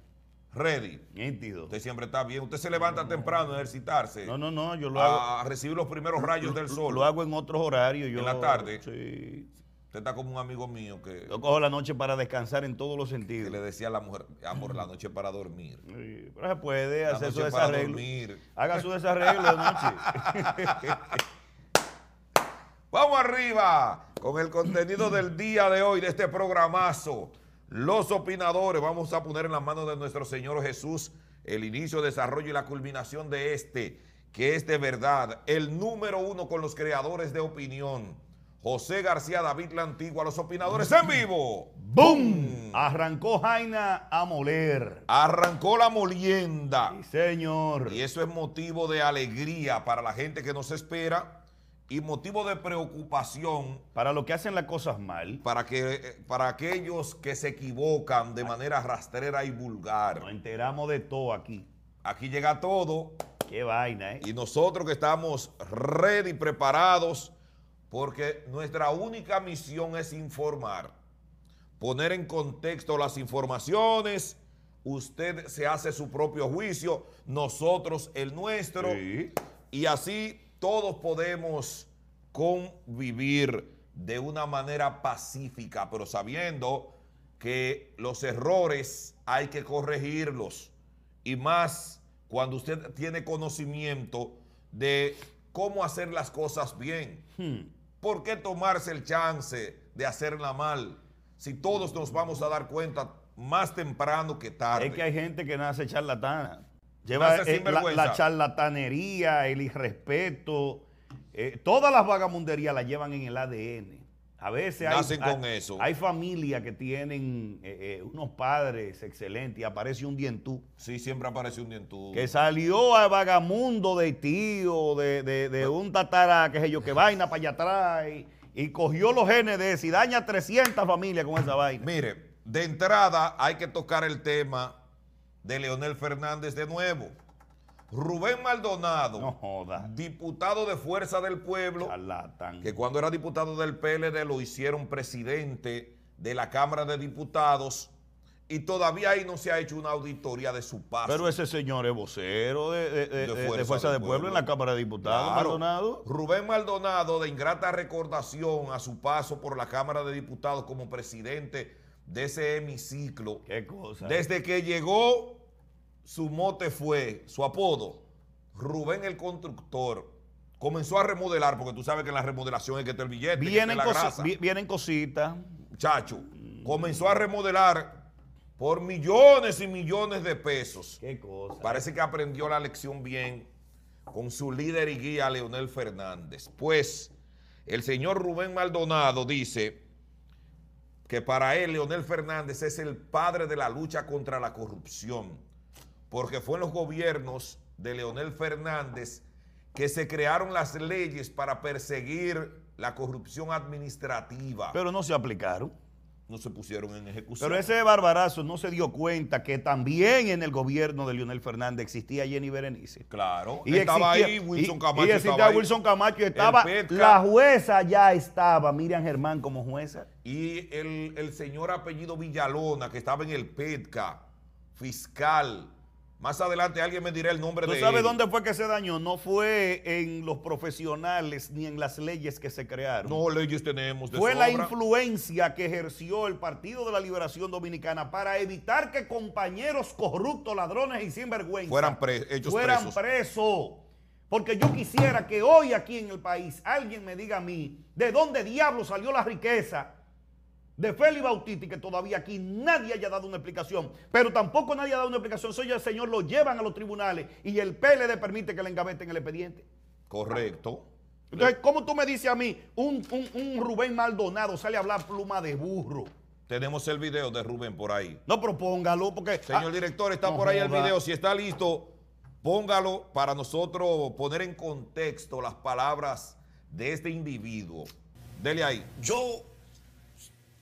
S3: Ready.
S4: Nítido.
S3: Usted siempre está bien. Usted se levanta temprano a ejercitarse.
S4: No, no, no, yo lo
S3: a
S4: hago-
S3: recibir los primeros rayos del sol.
S4: Lo hago en otros horarios. Yo,
S3: en la tarde.
S4: Sí.
S3: Usted está como un amigo mío que.
S4: Yo cojo la noche para descansar en todos los sentidos.
S3: le decía a la mujer, amor, la noche para dormir.
S4: Pero se puede
S3: La
S4: hacer su
S3: noche para
S4: desarreglo.
S3: dormir.
S4: Haga su desarreglo de noche.
S3: (laughs) Vamos arriba con el contenido del día de hoy, de este programazo. Los opinadores, vamos a poner en las manos de nuestro Señor Jesús el inicio, desarrollo y la culminación de este, que es de verdad el número uno con los creadores de opinión. José García David La Antigua, los opinadores en vivo.
S4: ¡Bum! Arrancó Jaina a moler.
S3: Arrancó la molienda.
S4: señor.
S3: Y eso es motivo de alegría para la gente que nos espera y motivo de preocupación.
S4: Para los que hacen las cosas mal.
S3: Para, que, para aquellos que se equivocan de manera rastrera y vulgar. Nos
S4: enteramos de todo aquí.
S3: Aquí llega todo.
S4: Qué vaina, ¿eh?
S3: Y nosotros que estamos ready, preparados, porque nuestra única misión es informar, poner en contexto las informaciones. Usted se hace su propio juicio, nosotros el nuestro. Y así todos podemos convivir de una manera pacífica, pero sabiendo que los errores hay que corregirlos. Y más cuando usted tiene conocimiento de cómo hacer las cosas bien.
S4: Hmm.
S3: ¿Por qué tomarse el chance de hacerla mal? Si todos nos vamos a dar cuenta más temprano que tarde.
S4: Es que hay gente que nace charlatana. Lleva
S3: Nace
S4: eh, la,
S3: sinvergüenza.
S4: la charlatanería, el irrespeto. eh, todas las vagamunderías las llevan en el ADN. A veces hay,
S3: Nacen con
S4: hay-
S3: eso.
S4: hay familias que tienen eh, eh, unos padres excelentes y aparece un dientú.
S3: Sí, siempre aparece un dientú.
S4: Que salió a vagamundo de tío, de, de- de un tatara, qué sé yo, que vaina para allá atrás. Y, y cogió los genes de ese y daña 300 familias con esa vaina.
S3: Mire, de entrada hay que tocar el tema de Leonel Fernández de nuevo. Rubén Maldonado, diputado de Fuerza del Pueblo, que cuando era diputado del PLD lo hicieron presidente de la Cámara de Diputados y todavía ahí no se ha hecho una auditoría de su paso.
S4: Pero ese señor es vocero de, de- de- de- de Fuerza, de Pueblo, en la Cámara de Diputados.
S3: Claro.
S4: Maldonado.
S3: Rubén Maldonado, de ingrata recordación a su paso por la Cámara de Diputados como presidente de ese hemiciclo.
S4: ¿Qué cosa? ¿eh?
S3: Desde que llegó, su mote fue, su apodo, Rubén el Constructor. Comenzó a remodelar, porque tú sabes que en la remodelación es que está el billete. que está
S4: Vienen,
S3: la
S4: cosi-
S3: grasa.
S4: vi- vienen cositas.
S3: Chacho, comenzó a remodelar por millones y millones de pesos.
S4: Qué cosa.
S3: Parece que aprendió la lección bien con su líder y guía, Leonel Fernández. Pues el señor Rubén Maldonado dice que para él Leonel Fernández es el padre de la lucha contra la corrupción, porque fue en los gobiernos de Leonel Fernández que se crearon las leyes para perseguir la corrupción administrativa.
S4: Pero no se aplicaron.
S3: no se pusieron en ejecución.
S4: Pero ese barbarazo no se dio cuenta que también en el gobierno de Leonel Fernández existía Jenny Berenice.
S3: Claro.
S4: Y
S3: estaba
S4: existía-
S3: ahí Wilson
S4: y-
S3: Camacho.
S4: Y existía
S3: estaba ahí.
S4: Wilson Camacho y estaba.
S3: El Petca.
S4: La jueza ya estaba, Miriam Germán como jueza.
S3: Y el, el señor apellido Villalona, que estaba en el PETCA, fiscal, Más adelante alguien me dirá el nombre
S4: ¿Tú
S3: de
S4: sabes
S3: él.
S4: dónde fue que se dañó? No fue en los profesionales ni en las leyes que se crearon.
S3: No leyes tenemos de
S4: Fue la
S3: sobra.
S4: influencia que ejerció el Partido de la Liberación Dominicana para evitar que compañeros corruptos, ladrones y sinvergüenzas
S3: Fueran pre- hechos
S4: fueran
S3: presos.
S4: presos. Porque yo quisiera que hoy aquí en el país alguien me diga a mí de dónde diablo salió la riqueza de Félix Bautista y que todavía aquí nadie haya dado una explicación. Pero tampoco nadie ha dado una explicación. Soy el señor, lo llevan a los tribunales y el PLD permite que le engaveten el expediente.
S3: Correcto.
S4: Entonces, ¿cómo tú me dices a mí, un, un- un Rubén Maldonado sale a hablar pluma de burro?
S3: Tenemos el video de Rubén por ahí.
S4: No propóngalo porque... ah,
S3: Señor director, está
S4: no
S3: por ahí el
S4: joda.
S3: video. Si está listo, póngalo para nosotros poner en contexto las palabras de este individuo. Dele ahí.
S21: Yo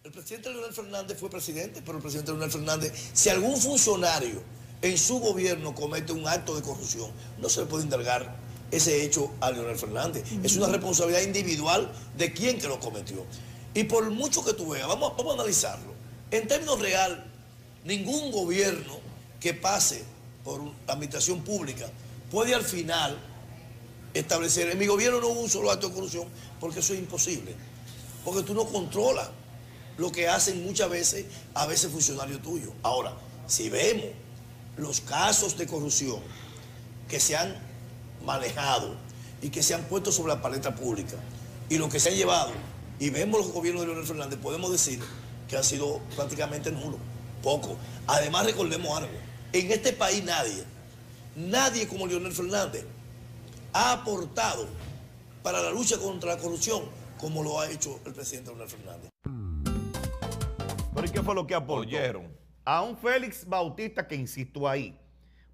S21: El presidente Leonel Fernández fue presidente, pero el presidente Leonel Fernández, si algún funcionario en su gobierno comete un acto de corrupción, no se le puede indagar ese hecho a Leonel Fernández. Es una responsabilidad individual de quien que lo cometió. Y por mucho que tú veas, vamos, a- vamos a analizarlo. En términos real, ningún gobierno que pase por un- administración pública puede al final establecer, en mi gobierno no hubo un solo acto de corrupción, porque eso es imposible. Porque tú no controlas lo que hacen muchas veces, a veces funcionarios tuyos. Ahora, si vemos los casos de corrupción que se han manejado y que se han puesto sobre la paleta pública y lo que se han llevado, y vemos los gobiernos de Leonel Fernández, podemos decir que han sido prácticamente nulos, poco. Además, recordemos algo, en este país nadie, nadie como Leonel Fernández ha aportado para la lucha contra la corrupción como lo ha hecho el presidente Leonel Fernández.
S4: ¿Pero ¿y qué fue lo que aportó? A un Félix Bautista que insisto ahí,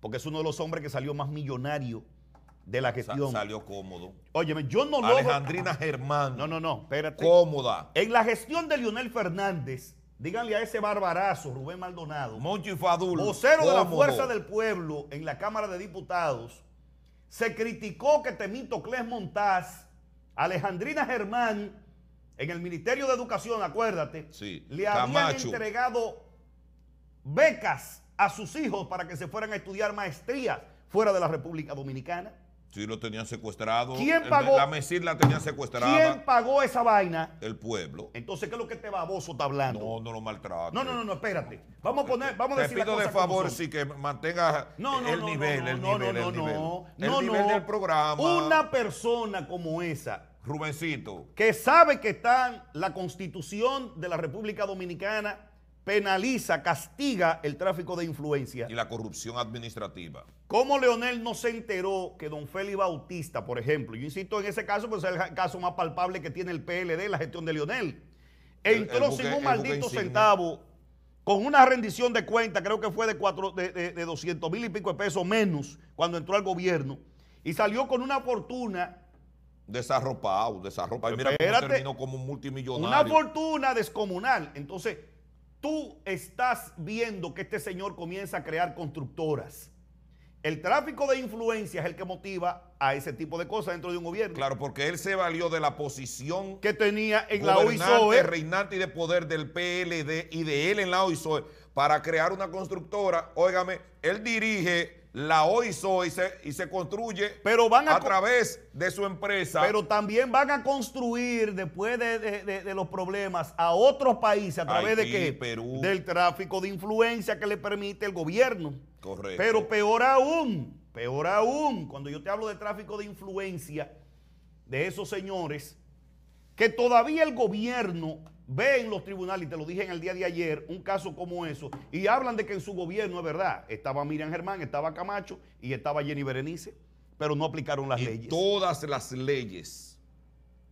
S4: porque es uno de los hombres que salió más millonario de la gestión.
S3: Salió cómodo.
S4: Óyeme, yo no logro...
S3: Alejandrina Germán.
S4: No, no, no, espérate.
S3: Cómoda.
S4: En la gestión de Lionel Fernández, díganle a ese barbarazo, Rubén Maldonado.
S3: Monchi Fadul.
S4: Vocero de la
S3: cómodo.
S4: Fuerza del Pueblo en la Cámara de Diputados, se criticó que Temítocles Montaz, Alejandrina Germán, en el Ministerio de Educación, acuérdate,
S3: Sí.
S4: le habían
S3: Camacho.
S4: entregado becas a sus hijos para que se fueran a estudiar maestrías fuera de la República Dominicana.
S3: Sí, lo tenían secuestrado.
S4: ¿Quién
S3: El-
S4: pagó?
S3: La Mesil la tenía secuestrada.
S4: ¿Quién pagó esa vaina?
S3: El pueblo.
S4: Entonces, ¿qué es lo que este baboso está hablando?
S3: No, no lo maltrata.
S4: No, no, no, no, espérate. Vamos a poner, vamos a
S3: Te
S4: decir la
S3: pido de
S4: cosa como
S3: favor,
S4: son.
S3: sí, que mantenga
S4: No, no,
S3: el
S4: no,
S3: nivel,
S4: no,
S3: el
S4: no,
S3: nivel,
S4: no,
S3: el
S4: no,
S3: nivel.
S4: no,
S3: el
S4: no,
S3: nivel
S4: no.
S3: del programa.
S4: Una persona como esa.
S3: Rubencito.
S4: Que sabe que está la constitución de la República Dominicana penaliza, castiga el tráfico de influencia.
S3: Y la corrupción administrativa.
S4: ¿Cómo Leonel no se enteró que don Félix Bautista, por ejemplo, yo insisto en ese caso, pues es el ja- caso más palpable que tiene el PLD, la gestión de Leonel,
S3: El-
S4: entró
S3: el buque-
S4: sin un
S3: el buque
S4: maldito
S3: insignia.
S4: centavo con una rendición de cuenta, creo que fue de, cuatro, de, de- de 200 mil y pico de pesos menos cuando entró al gobierno, y salió con una fortuna,
S3: Desarropado, desarropado. Y Mira
S4: Espérate.
S3: cómo terminó como un
S4: una
S3: multimillonario.
S4: fortuna descomunal. Entonces, tú estás viendo que este señor comienza a crear constructoras. El tráfico de influencia es el que motiva a ese tipo de cosas dentro de un gobierno.
S3: Claro, porque él se valió de la posición
S4: que tenía en la
S3: gobernante,
S4: OISOE.
S3: reinante y de poder del PLD y de él en la OISOE E para crear una constructora. Óigame, él dirige la OISOE E y se, y se construye
S4: pero van a,
S3: a través de su empresa.
S4: Pero también van a construir después de, de- de- de los problemas a otros países a través
S3: Haití,
S4: de qué?
S3: Perú.
S4: Del tráfico de influencia que le permite el gobierno.
S3: Correcto.
S4: Pero peor aún, peor aún, cuando yo te hablo de tráfico de influencia de esos señores, que todavía el gobierno ve en los tribunales, y te lo dije en el día de ayer, un caso como eso, y hablan de que en su gobierno es verdad, estaba Miriam Germán, estaba Camacho y estaba Jenny Berenice, pero no aplicaron las leyes.
S3: todas las leyes,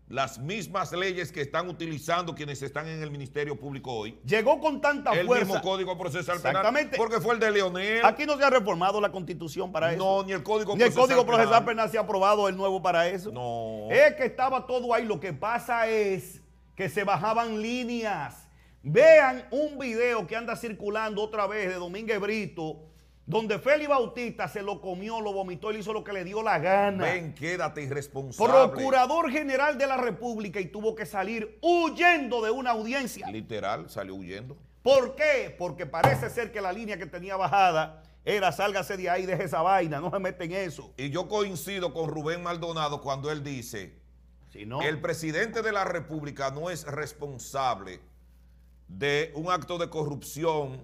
S3: las mismas leyes que están utilizando quienes están en el Ministerio Público hoy.
S4: Llegó con tanta
S3: el
S4: fuerza.
S3: mismo Código Procesal Penal.
S4: Exactamente.
S3: Porque fue el de Leonel.
S4: Aquí no se ha reformado la constitución para eso.
S3: No, ni el Código
S4: Ni el
S3: Procesal
S4: Código Procesal Penal.
S3: Penal.
S4: se ha aprobado el nuevo para eso.
S3: No.
S4: Es que estaba todo ahí. Lo que pasa es que se bajaban líneas. Vean un video que anda circulando otra vez de Domínguez Brito, donde Félix Bautista se lo comió, lo vomitó, él hizo lo que le dio la gana.
S3: Ven, quédate irresponsable.
S4: Procurador General de la República y tuvo que salir huyendo de una audiencia.
S3: Literal, salió huyendo.
S4: ¿Por qué? Porque parece ser que la línea que tenía bajada Era, sálgase de ahí, deje esa vaina, no se mete en eso.
S3: Y yo coincido con Rubén Maldonado cuando él dice, el presidente de la República no es responsable de un acto de corrupción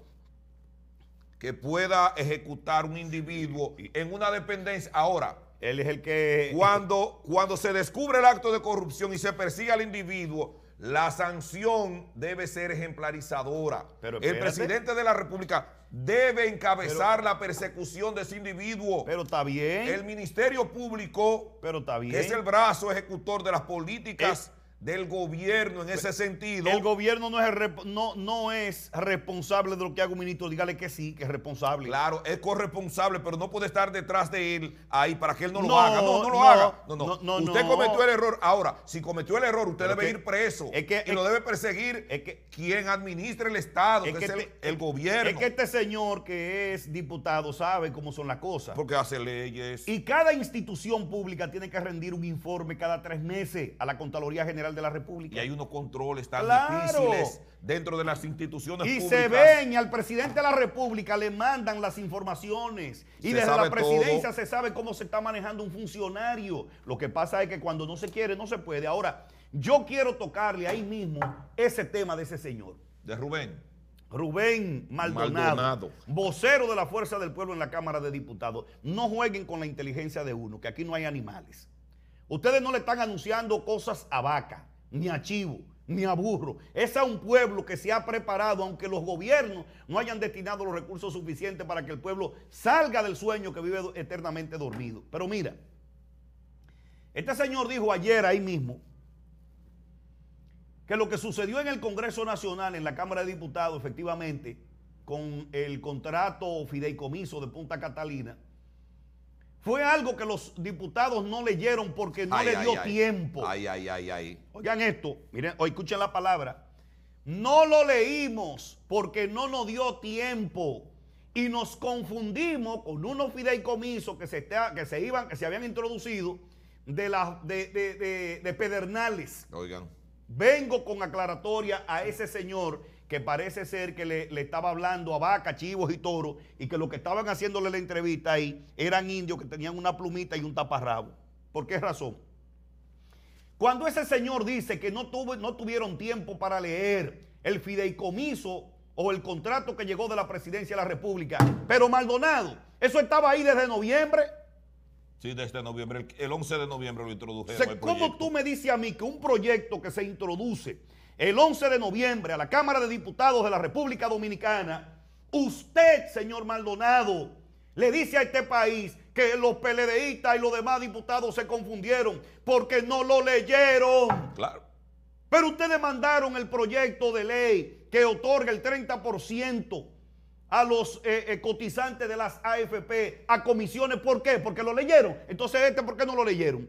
S3: que pueda ejecutar un individuo en una dependencia. Ahora,
S4: él es el que...
S3: Cuando, cuando se descubre el acto de corrupción y se persigue al individuo, la sanción debe ser ejemplarizadora.
S4: Pero
S3: el
S4: espérate.
S3: presidente de la República debe encabezar la persecución de ese individuo.
S4: Pero está bien.
S3: El Ministerio Público,
S4: pero está bien. Eh,
S3: que es el brazo ejecutor de las políticas del gobierno en ese sentido.
S4: pues, El gobierno no es, el rep- no, no es responsable de lo que haga un ministro. Dígale que sí, que es responsable.
S3: Claro, es corresponsable, pero no puede estar detrás de él ahí para que él no lo haga. No, no lo haga. No, no. usted cometió el error. Ahora, si cometió el error, usted
S4: Pero
S3: debe
S4: que-
S3: ir preso. y
S4: es-
S3: lo debe perseguir quien administre el Estado, que es el,
S4: este-
S3: el gobierno.
S4: Es que este señor que es diputado sabe cómo son las cosas.
S3: Porque hace leyes.
S4: Y cada institución pública tiene que rendir un informe cada tres meses a la Contraloría General de la República.
S3: Y hay unos controles tan
S4: Claro.
S3: difíciles dentro de las instituciones
S4: Y
S3: públicas.
S4: se ven y al presidente de la República le mandan las informaciones. Y
S3: Se
S4: desde la
S3: sabe
S4: presidencia
S3: todo.
S4: se sabe cómo se está manejando un funcionario. Lo que pasa es que cuando no se quiere, no se puede. Ahora, yo quiero tocarle ahí mismo ese tema de ese señor.
S3: De Rubén.
S4: Rubén Maldonado,
S3: Maldonado.
S4: vocero de la Fuerza del Pueblo en la Cámara de Diputados. No jueguen con la inteligencia de uno, que aquí no hay animales. Ustedes no le están anunciando cosas a vaca, ni a chivo, ni a burro. Es a un pueblo que se ha preparado, aunque los gobiernos no hayan destinado los recursos suficientes para que el pueblo salga del sueño que vive do- eternamente dormido. Pero mira, este señor dijo ayer ahí mismo que lo que sucedió en el Congreso Nacional, en la Cámara de Diputados, efectivamente, con el contrato fideicomiso de Punta Catalina, fue algo que los diputados no leyeron porque no
S3: Ay,
S4: le
S3: ay,
S4: dio
S3: ay.
S4: tiempo.
S3: Ay, ay, ay, ay.
S4: Oigan esto, miren, o escuchen la palabra. No lo leímos porque no nos dio tiempo y nos confundimos con unos fideicomisos que se, está- que se iban, que se habían introducido de, la- de- de- de- de Pedernales.
S3: Oigan.
S4: Vengo con aclaratoria a ese señor que parece ser que le, le estaba hablando a vaca, chivos y toros y que lo que estaban haciéndole la entrevista ahí eran indios que tenían una plumita y un taparrabo. ¿Por qué razón? Cuando ese señor dice que no, tuvo- no tuvieron tiempo para leer el fideicomiso o el contrato que llegó de la presidencia de la República, pero Maldonado, eso estaba ahí desde noviembre.
S3: Sí, desde noviembre, el- el 11 de noviembre lo introdujeron.
S4: Se-
S3: al
S4: ¿Cómo
S3: proyecto.
S4: tú me dices a mí que un proyecto que se introduce el 11 de noviembre a la Cámara de Diputados de la República Dominicana, usted, señor Maldonado, le dice a este país que los PLDistas y los demás diputados se confundieron porque no lo leyeron?
S3: Claro.
S4: Pero ustedes mandaron el proyecto de ley que otorga el 30% a los eh, eh, cotizantes de las AFP a comisiones. ¿Por qué? Porque lo leyeron. Entonces, este, ¿por qué no lo leyeron?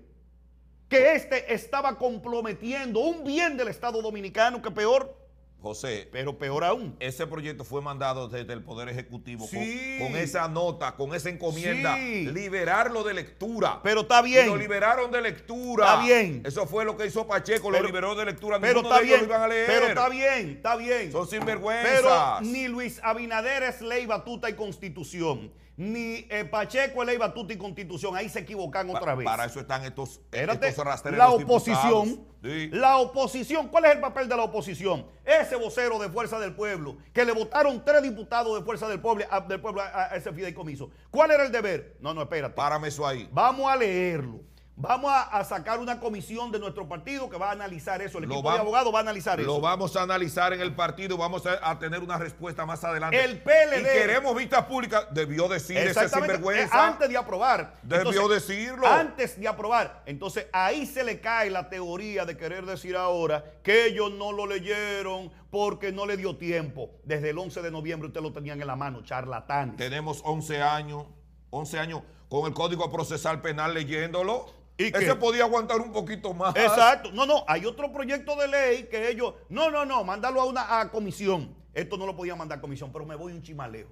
S4: Que este estaba comprometiendo un bien del Estado Dominicano, que peor.
S3: José.
S4: Pero peor aún.
S3: Ese proyecto fue mandado desde el Poder Ejecutivo con-
S4: Sí.
S3: con, esa nota, con esa encomienda.
S4: Sí.
S3: Liberarlo de lectura.
S4: Pero está bien.
S3: Y lo liberaron de lectura.
S4: Está bien.
S3: Eso fue lo que hizo Pacheco, lo
S4: Pero-
S3: liberó de lectura.
S4: pero
S3: Ninguno
S4: está
S3: de ellos
S4: bien,
S3: lo iban a leer.
S4: pero está bien, está bien. Pero
S3: Son sinvergüenzas.
S4: ni Luis Abinader es ley, batuta y constitución. Ni eh, Pacheco es ley, batuta y constitución. Ahí se equivocan
S3: Pa-
S4: otra vez.
S3: Para eso están estos,
S4: Espérate,
S3: estos rastreros
S4: la oposición,
S3: diputados. Sí.
S4: la oposición, ¿cuál es el papel de la oposición? Ese vocero de Fuerza del Pueblo, que le votaron tres diputados de Fuerza del Pueblo, a, del pueblo a- a ese fideicomiso. ¿Cuál era el deber? No, no, espérate.
S3: Párame eso ahí.
S4: Vamos a leerlo. Vamos a, a sacar una comisión de nuestro partido que va a analizar eso. El
S3: Lo
S4: equipo de
S3: vam-
S4: abogados va a analizar
S3: Lo
S4: eso.
S3: vamos a analizar en el partido, vamos a, a tener una respuesta más adelante.
S4: El PLD.
S3: Y queremos vistas públicas, debió decir ese
S4: Exactamente, eh,
S3: sinvergüenza.
S4: Antes de aprobar.
S3: Debió decirlo.
S4: Antes de aprobar. Entonces ahí se le cae la teoría de querer decir ahora que ellos no lo leyeron porque no le dio tiempo. Desde el 11 de noviembre usted lo tenían en la mano, charlatán.
S3: Tenemos 11
S4: ah,
S3: años, 11 años con el Código Procesal Penal leyéndolo.
S4: ¿Y
S3: Ese
S4: qué?
S3: podía aguantar un poquito más.
S4: Exacto. No, no, hay otro proyecto de ley que ellos. No, no, no, mandarlo a una a comisión. Esto no lo podía mandar a comisión, pero me voy un chimalejo.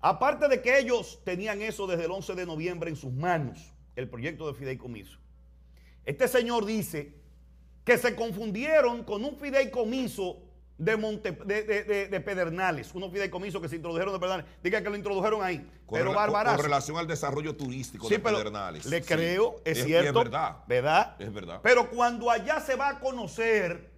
S4: Aparte de que ellos tenían eso desde el 11 de noviembre en sus manos, el proyecto de fideicomiso. Este señor dice que se confundieron con un fideicomiso de, Monte, de, de- de- de Pedernales, unos fideicomisos que se introdujeron de Pedernales. Diga que lo introdujeron ahí.
S3: Con
S4: pero
S3: rela- con-
S4: Barbarazo.
S3: Con relación al desarrollo turístico
S4: Sí,
S3: de
S4: pero
S3: Pedernales.
S4: le
S3: Sí.
S4: creo, es
S3: Y y
S4: cierto,
S3: Es verdad.
S4: ¿Verdad?
S3: Es verdad.
S4: Pero cuando allá se va a conocer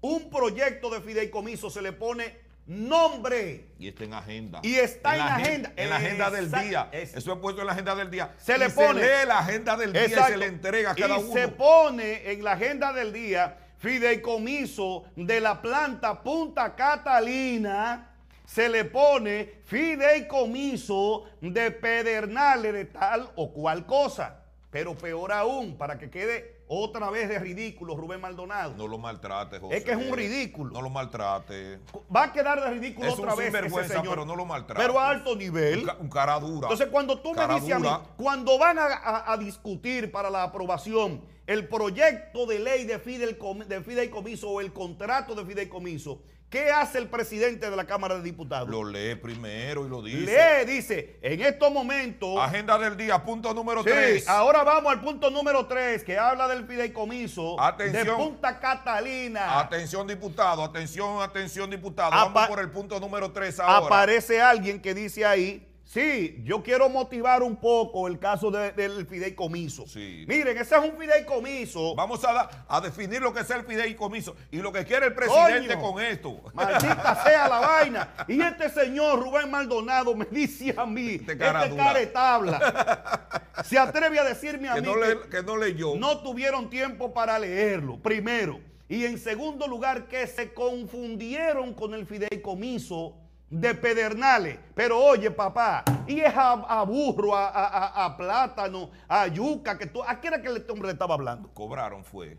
S4: un proyecto de fideicomiso, se le pone nombre.
S3: y está en agenda.
S4: Y está en
S3: la agen-
S4: agenda.
S3: En la agenda del
S4: Exact-
S3: día. Eso es puesto en la agenda del día.
S4: se
S3: Y
S4: le pone.
S3: lee la agenda del día y
S4: Exacto.
S3: se le entrega a cada
S4: Y
S3: uno.
S4: se pone en la agenda del día fideicomiso de la planta Punta Catalina. Se le pone fideicomiso de Pedernales de tal o cual cosa. Pero peor aún, para que quede otra vez de ridículo Rubén Maldonado.
S3: No lo maltrate, José. Eh,
S4: Es que es un ridículo.
S3: No lo maltrate.
S4: Va a quedar de ridículo
S3: Es un
S4: otra vez ese
S3: sinvergüenza,
S4: señor.
S3: pero no lo maltrate.
S4: Pero a alto nivel.
S3: Un, ca- un cara dura.
S4: Entonces, cuando tú me
S3: Cara
S4: dices a
S3: dura.
S4: mí, cuando van a, a- a discutir para la aprobación el proyecto de ley de, fideicomi- de fideicomiso o el contrato de fideicomiso, ¿qué hace el presidente de la Cámara de Diputados?
S3: Lo lee primero y lo dice.
S4: Lee, dice, en estos momentos.
S3: Agenda del día, punto número
S4: Sí,
S3: 3.
S4: ahora vamos al punto número 3 que habla del fideicomiso de
S3: Atención.
S4: Punta Catalina.
S3: Atención, diputado. Atención, atención, diputado.
S4: Apa-
S3: Vamos por el punto número 3 ahora.
S4: aparece alguien que dice ahí, sí, yo quiero motivar un poco el caso de- del fideicomiso. Miren, ese es un fideicomiso.
S3: Vamos a, da- a definir lo que es el fideicomiso y lo que quiere el presidente
S4: Coño.
S3: con esto.
S4: Maldita sea la vaina. Y este señor Rubén Maldonado me dice a mí, este
S3: cara dura.
S4: caretabla, se atreve a decirme a
S3: Que
S4: mí
S3: no le- que no leyó.
S4: no tuvieron tiempo para leerlo, primero. Y en segundo lugar, que se confundieron con el fideicomiso de Pedernales. Pero oye, papá, y es a, a burro, a, a- a- a plátano, a yuca, que tú, ¿a qué era que este hombre le estaba hablando?
S3: cobraron fue.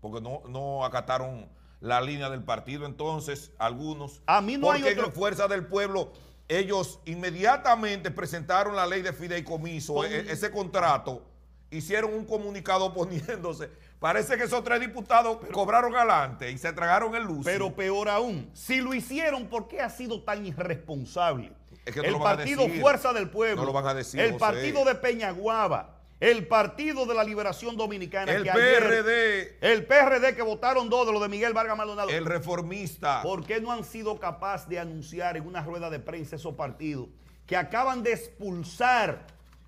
S3: Porque no, no acataron la línea del partido entonces algunos.
S4: A mí no hay
S3: porque
S4: otro-
S3: en Fuerza del Pueblo ellos inmediatamente presentaron la ley de fideicomiso,
S4: Con-
S3: e- ese contrato, hicieron un comunicado (laughs) oponiéndose. Parece que esos tres diputados cobraron adelante y se tragaron el luz.
S4: Pero peor aún, si lo hicieron, ¿por qué ha sido tan irresponsable?
S3: Es que no
S4: el
S3: lo van a
S4: partido
S3: decir.
S4: Fuerza del Pueblo,
S3: No lo van a decir,
S4: el
S3: José.
S4: partido de Peñaguaba, el partido de la Liberación Dominicana,
S3: el
S4: que ayer-
S3: PRD,
S4: el PRD que votaron dos de los de Miguel Vargas Maldonado.
S3: el reformista,
S4: ¿Por qué no han sido capaces de anunciar en una rueda de prensa esos partidos que acaban de expulsar,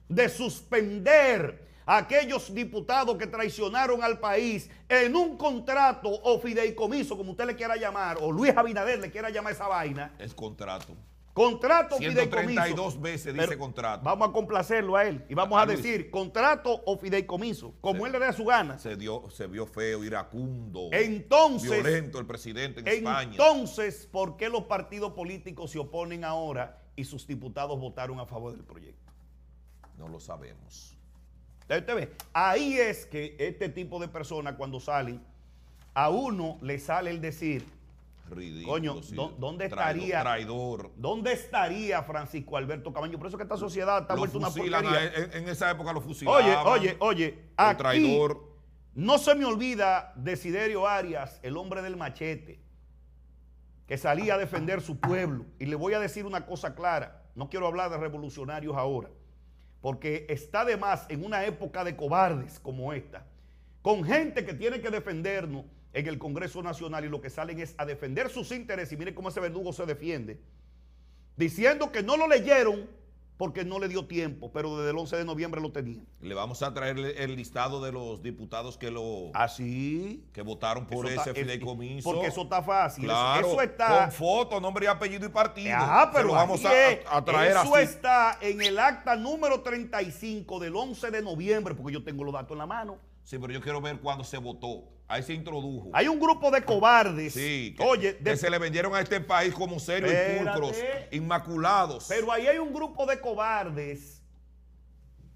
S4: de suspender a aquellos diputados que traicionaron al país en un contrato o fideicomiso, como usted le quiera llamar, o Luis Abinader le quiera llamar esa vaina?
S3: el contrato.
S4: Contrato o fideicomiso.
S3: 132 veces dice
S4: Pero
S3: contrato.
S4: Vamos a complacerlo a él y vamos
S3: A
S4: a,
S3: Luis.
S4: decir contrato o fideicomiso, como él le dé su gana.
S3: Se, dio, se vio feo, iracundo,
S4: Entonces-
S3: violento el presidente en España.
S4: Entonces, ¿por qué los partidos políticos se oponen ahora y sus diputados votaron a favor del proyecto?
S3: No lo sabemos.
S4: Ahí usted ve, ahí es que este tipo de personas cuando salen, a uno le sale el decir,
S3: Ridículo.
S4: coño,
S3: sí.
S4: ¿dó- ¿dónde
S3: Traidor-
S4: estaría?
S3: Traidor.
S4: ¿Dónde estaría Francisco Alberto Camaño? Por eso que esta sociedad está
S3: Lo
S4: vuelta una
S3: fusilan
S4: porquería.
S3: a él, en, en esa época lo fusilaban.
S4: Oye, oye, oye.
S3: Lo
S4: Aquí
S3: traidor.
S4: No se me olvida Desiderio Arias, el hombre del machete, que salía a defender su pueblo. Y le voy a decir una cosa clara. No quiero hablar de revolucionarios ahora, porque está de más en una época de cobardes como esta, con gente que tiene que defendernos en el Congreso Nacional y lo que salen es a defender sus intereses. Y miren cómo ese verdugo se defiende diciendo que no lo leyeron porque no le dio tiempo, pero desde el 11 de noviembre lo tenían.
S3: Le vamos a traer el, el listado de los diputados que lo.
S4: Así.
S3: Que votaron por
S4: Ah, Eso
S3: ese
S4: está- es-
S3: fideicomiso.
S4: Porque eso está fácil. eso-
S3: Claro,
S4: eso, está.
S3: Con foto, nombre y apellido y partido.
S4: Ah,
S3: Se
S4: pero
S3: lo vamos a,
S4: así es.
S3: a- a traer
S4: Eso
S3: así.
S4: está en el acta número 35 del 11 de noviembre, porque yo tengo los datos en la mano.
S3: Sí, pero yo quiero ver cuándo se votó. Ahí se introdujo.
S4: Hay un grupo de cobardes.
S3: Sí, que,
S4: Oye, de-
S3: que se le vendieron a este país como serios y
S4: Espérate.
S3: pulcros, inmaculados.
S4: Pero ahí hay un grupo de cobardes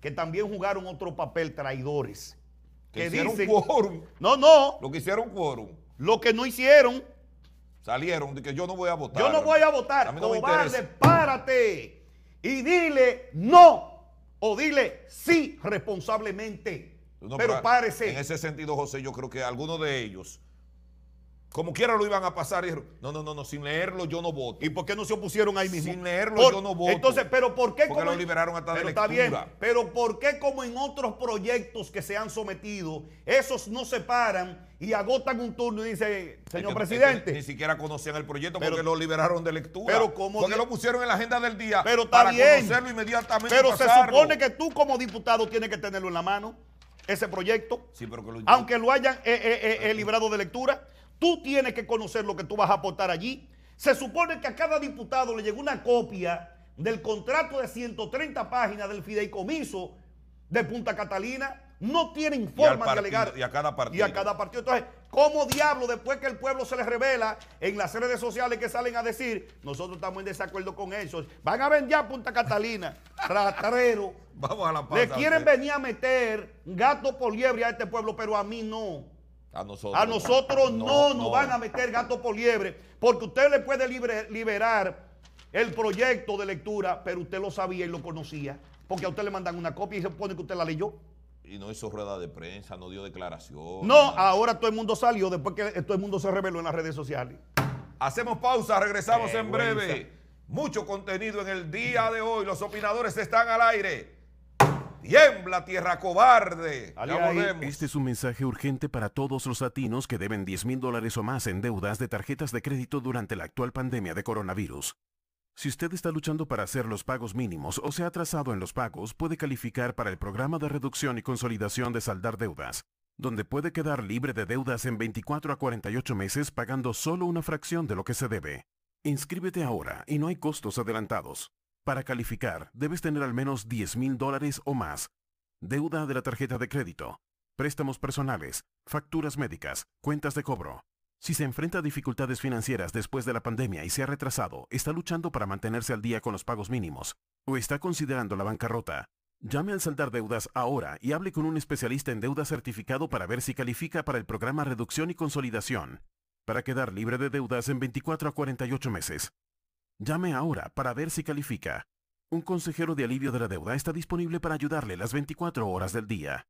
S4: que también jugaron otro papel, traidores.
S3: Que hicieron quórum.
S4: No, no.
S3: Lo que hicieron quórum.
S4: Lo que no hicieron.
S3: Salieron de que yo no voy a votar.
S4: Yo no voy a votar.
S3: A mí no me
S4: Cobarde,
S3: interesa.
S4: párate. Y dile no. O dile sí responsablemente.
S3: No,
S4: pero párese.
S3: En ese sentido, José, yo creo que algunos de ellos, como quiera lo iban a pasar, dijeron, no, no, no, no, sin leerlo yo no voto.
S4: ¿Y por qué no se opusieron ahí mismo?
S3: Sin leerlo
S4: Por-
S3: yo no voto.
S4: Entonces, pero ¿por qué
S3: Porque lo liberaron hasta de
S4: Pero está
S3: lectura.
S4: bien, pero ¿por qué como en otros proyectos que se han sometido, esos no se paran y agotan un turno y dicen, señor
S3: que-
S4: presidente.
S3: es que ni siquiera conocían el proyecto
S4: Pero-
S3: porque lo liberaron de lectura.
S4: pero ¿cómo
S3: porque
S4: di-
S3: lo pusieron en la agenda del día
S4: Pero está
S3: para
S4: bien.
S3: conocerlo inmediatamente. y
S4: Pero se
S3: pasarlo.
S4: supone que tú como diputado tienes que tenerlo en la mano, ese proyecto.
S3: Sí, pero que lo
S4: Aunque lo hayan eh, eh, eh, eh, librado de lectura, tú tienes que conocer lo que tú vas a aportar allí. Se supone que a cada diputado le llegó una copia del contrato de 130 páginas del fideicomiso de Punta Catalina. No tienen
S3: y al
S4: forma de
S3: partido-
S4: alegar
S3: y a cada partido.
S4: y a cada partido. Entonces, ¿cómo diablo después que el pueblo se les revela en las redes sociales que salen a decir, nosotros estamos en desacuerdo con eso? Van a vender a Punta Catalina, rastrero.
S3: (laughs) Vamos a la pausa.
S4: Le quieren venir a meter gato por liebre a este pueblo, pero a mí no.
S3: A nosotros.
S4: A nosotros no, nos van a meter gato por liebre, porque usted le puede libre- liberar el proyecto de lectura, pero usted lo sabía y lo conocía, porque a usted le mandan una copia y se supone que usted la leyó.
S3: Y no hizo rueda de prensa, no dio declaración.
S4: No, ahora todo el mundo salió después que todo el mundo se reveló en las redes sociales.
S3: Hacemos pausa, regresamos en
S4: Vergüenza.
S3: breve. Mucho contenido en el día de hoy. Los opinadores están al aire. Tiembla, tierra cobarde. Ya volvemos.
S22: Este es un mensaje urgente para todos los latinos que deben 10 mil dólares o más en deudas de tarjetas de crédito durante la actual pandemia de coronavirus. Si usted está luchando para hacer los pagos mínimos o se ha atrasado en los pagos, puede calificar para el programa de reducción y consolidación de saldar deudas, donde puede quedar libre de deudas en 24 a 48 meses pagando solo una fracción de lo que se debe. Inscríbete ahora y no hay costos adelantados. Para calificar, debes tener al menos 10 mil dólares o más. Deuda de la tarjeta de crédito, préstamos personales, facturas médicas, cuentas de cobro. Si se enfrenta a dificultades financieras después de la pandemia y se ha retrasado, está luchando para mantenerse al día con los pagos mínimos o está considerando la bancarrota, llame al saldar deudas ahora y hable con un especialista en deuda certificado para ver si califica para el programa Reducción y Consolidación, para quedar libre de deudas en 24 a 48 meses. Llame ahora para ver si califica. Un consejero de alivio de la deuda está disponible para ayudarle las 24 horas del día.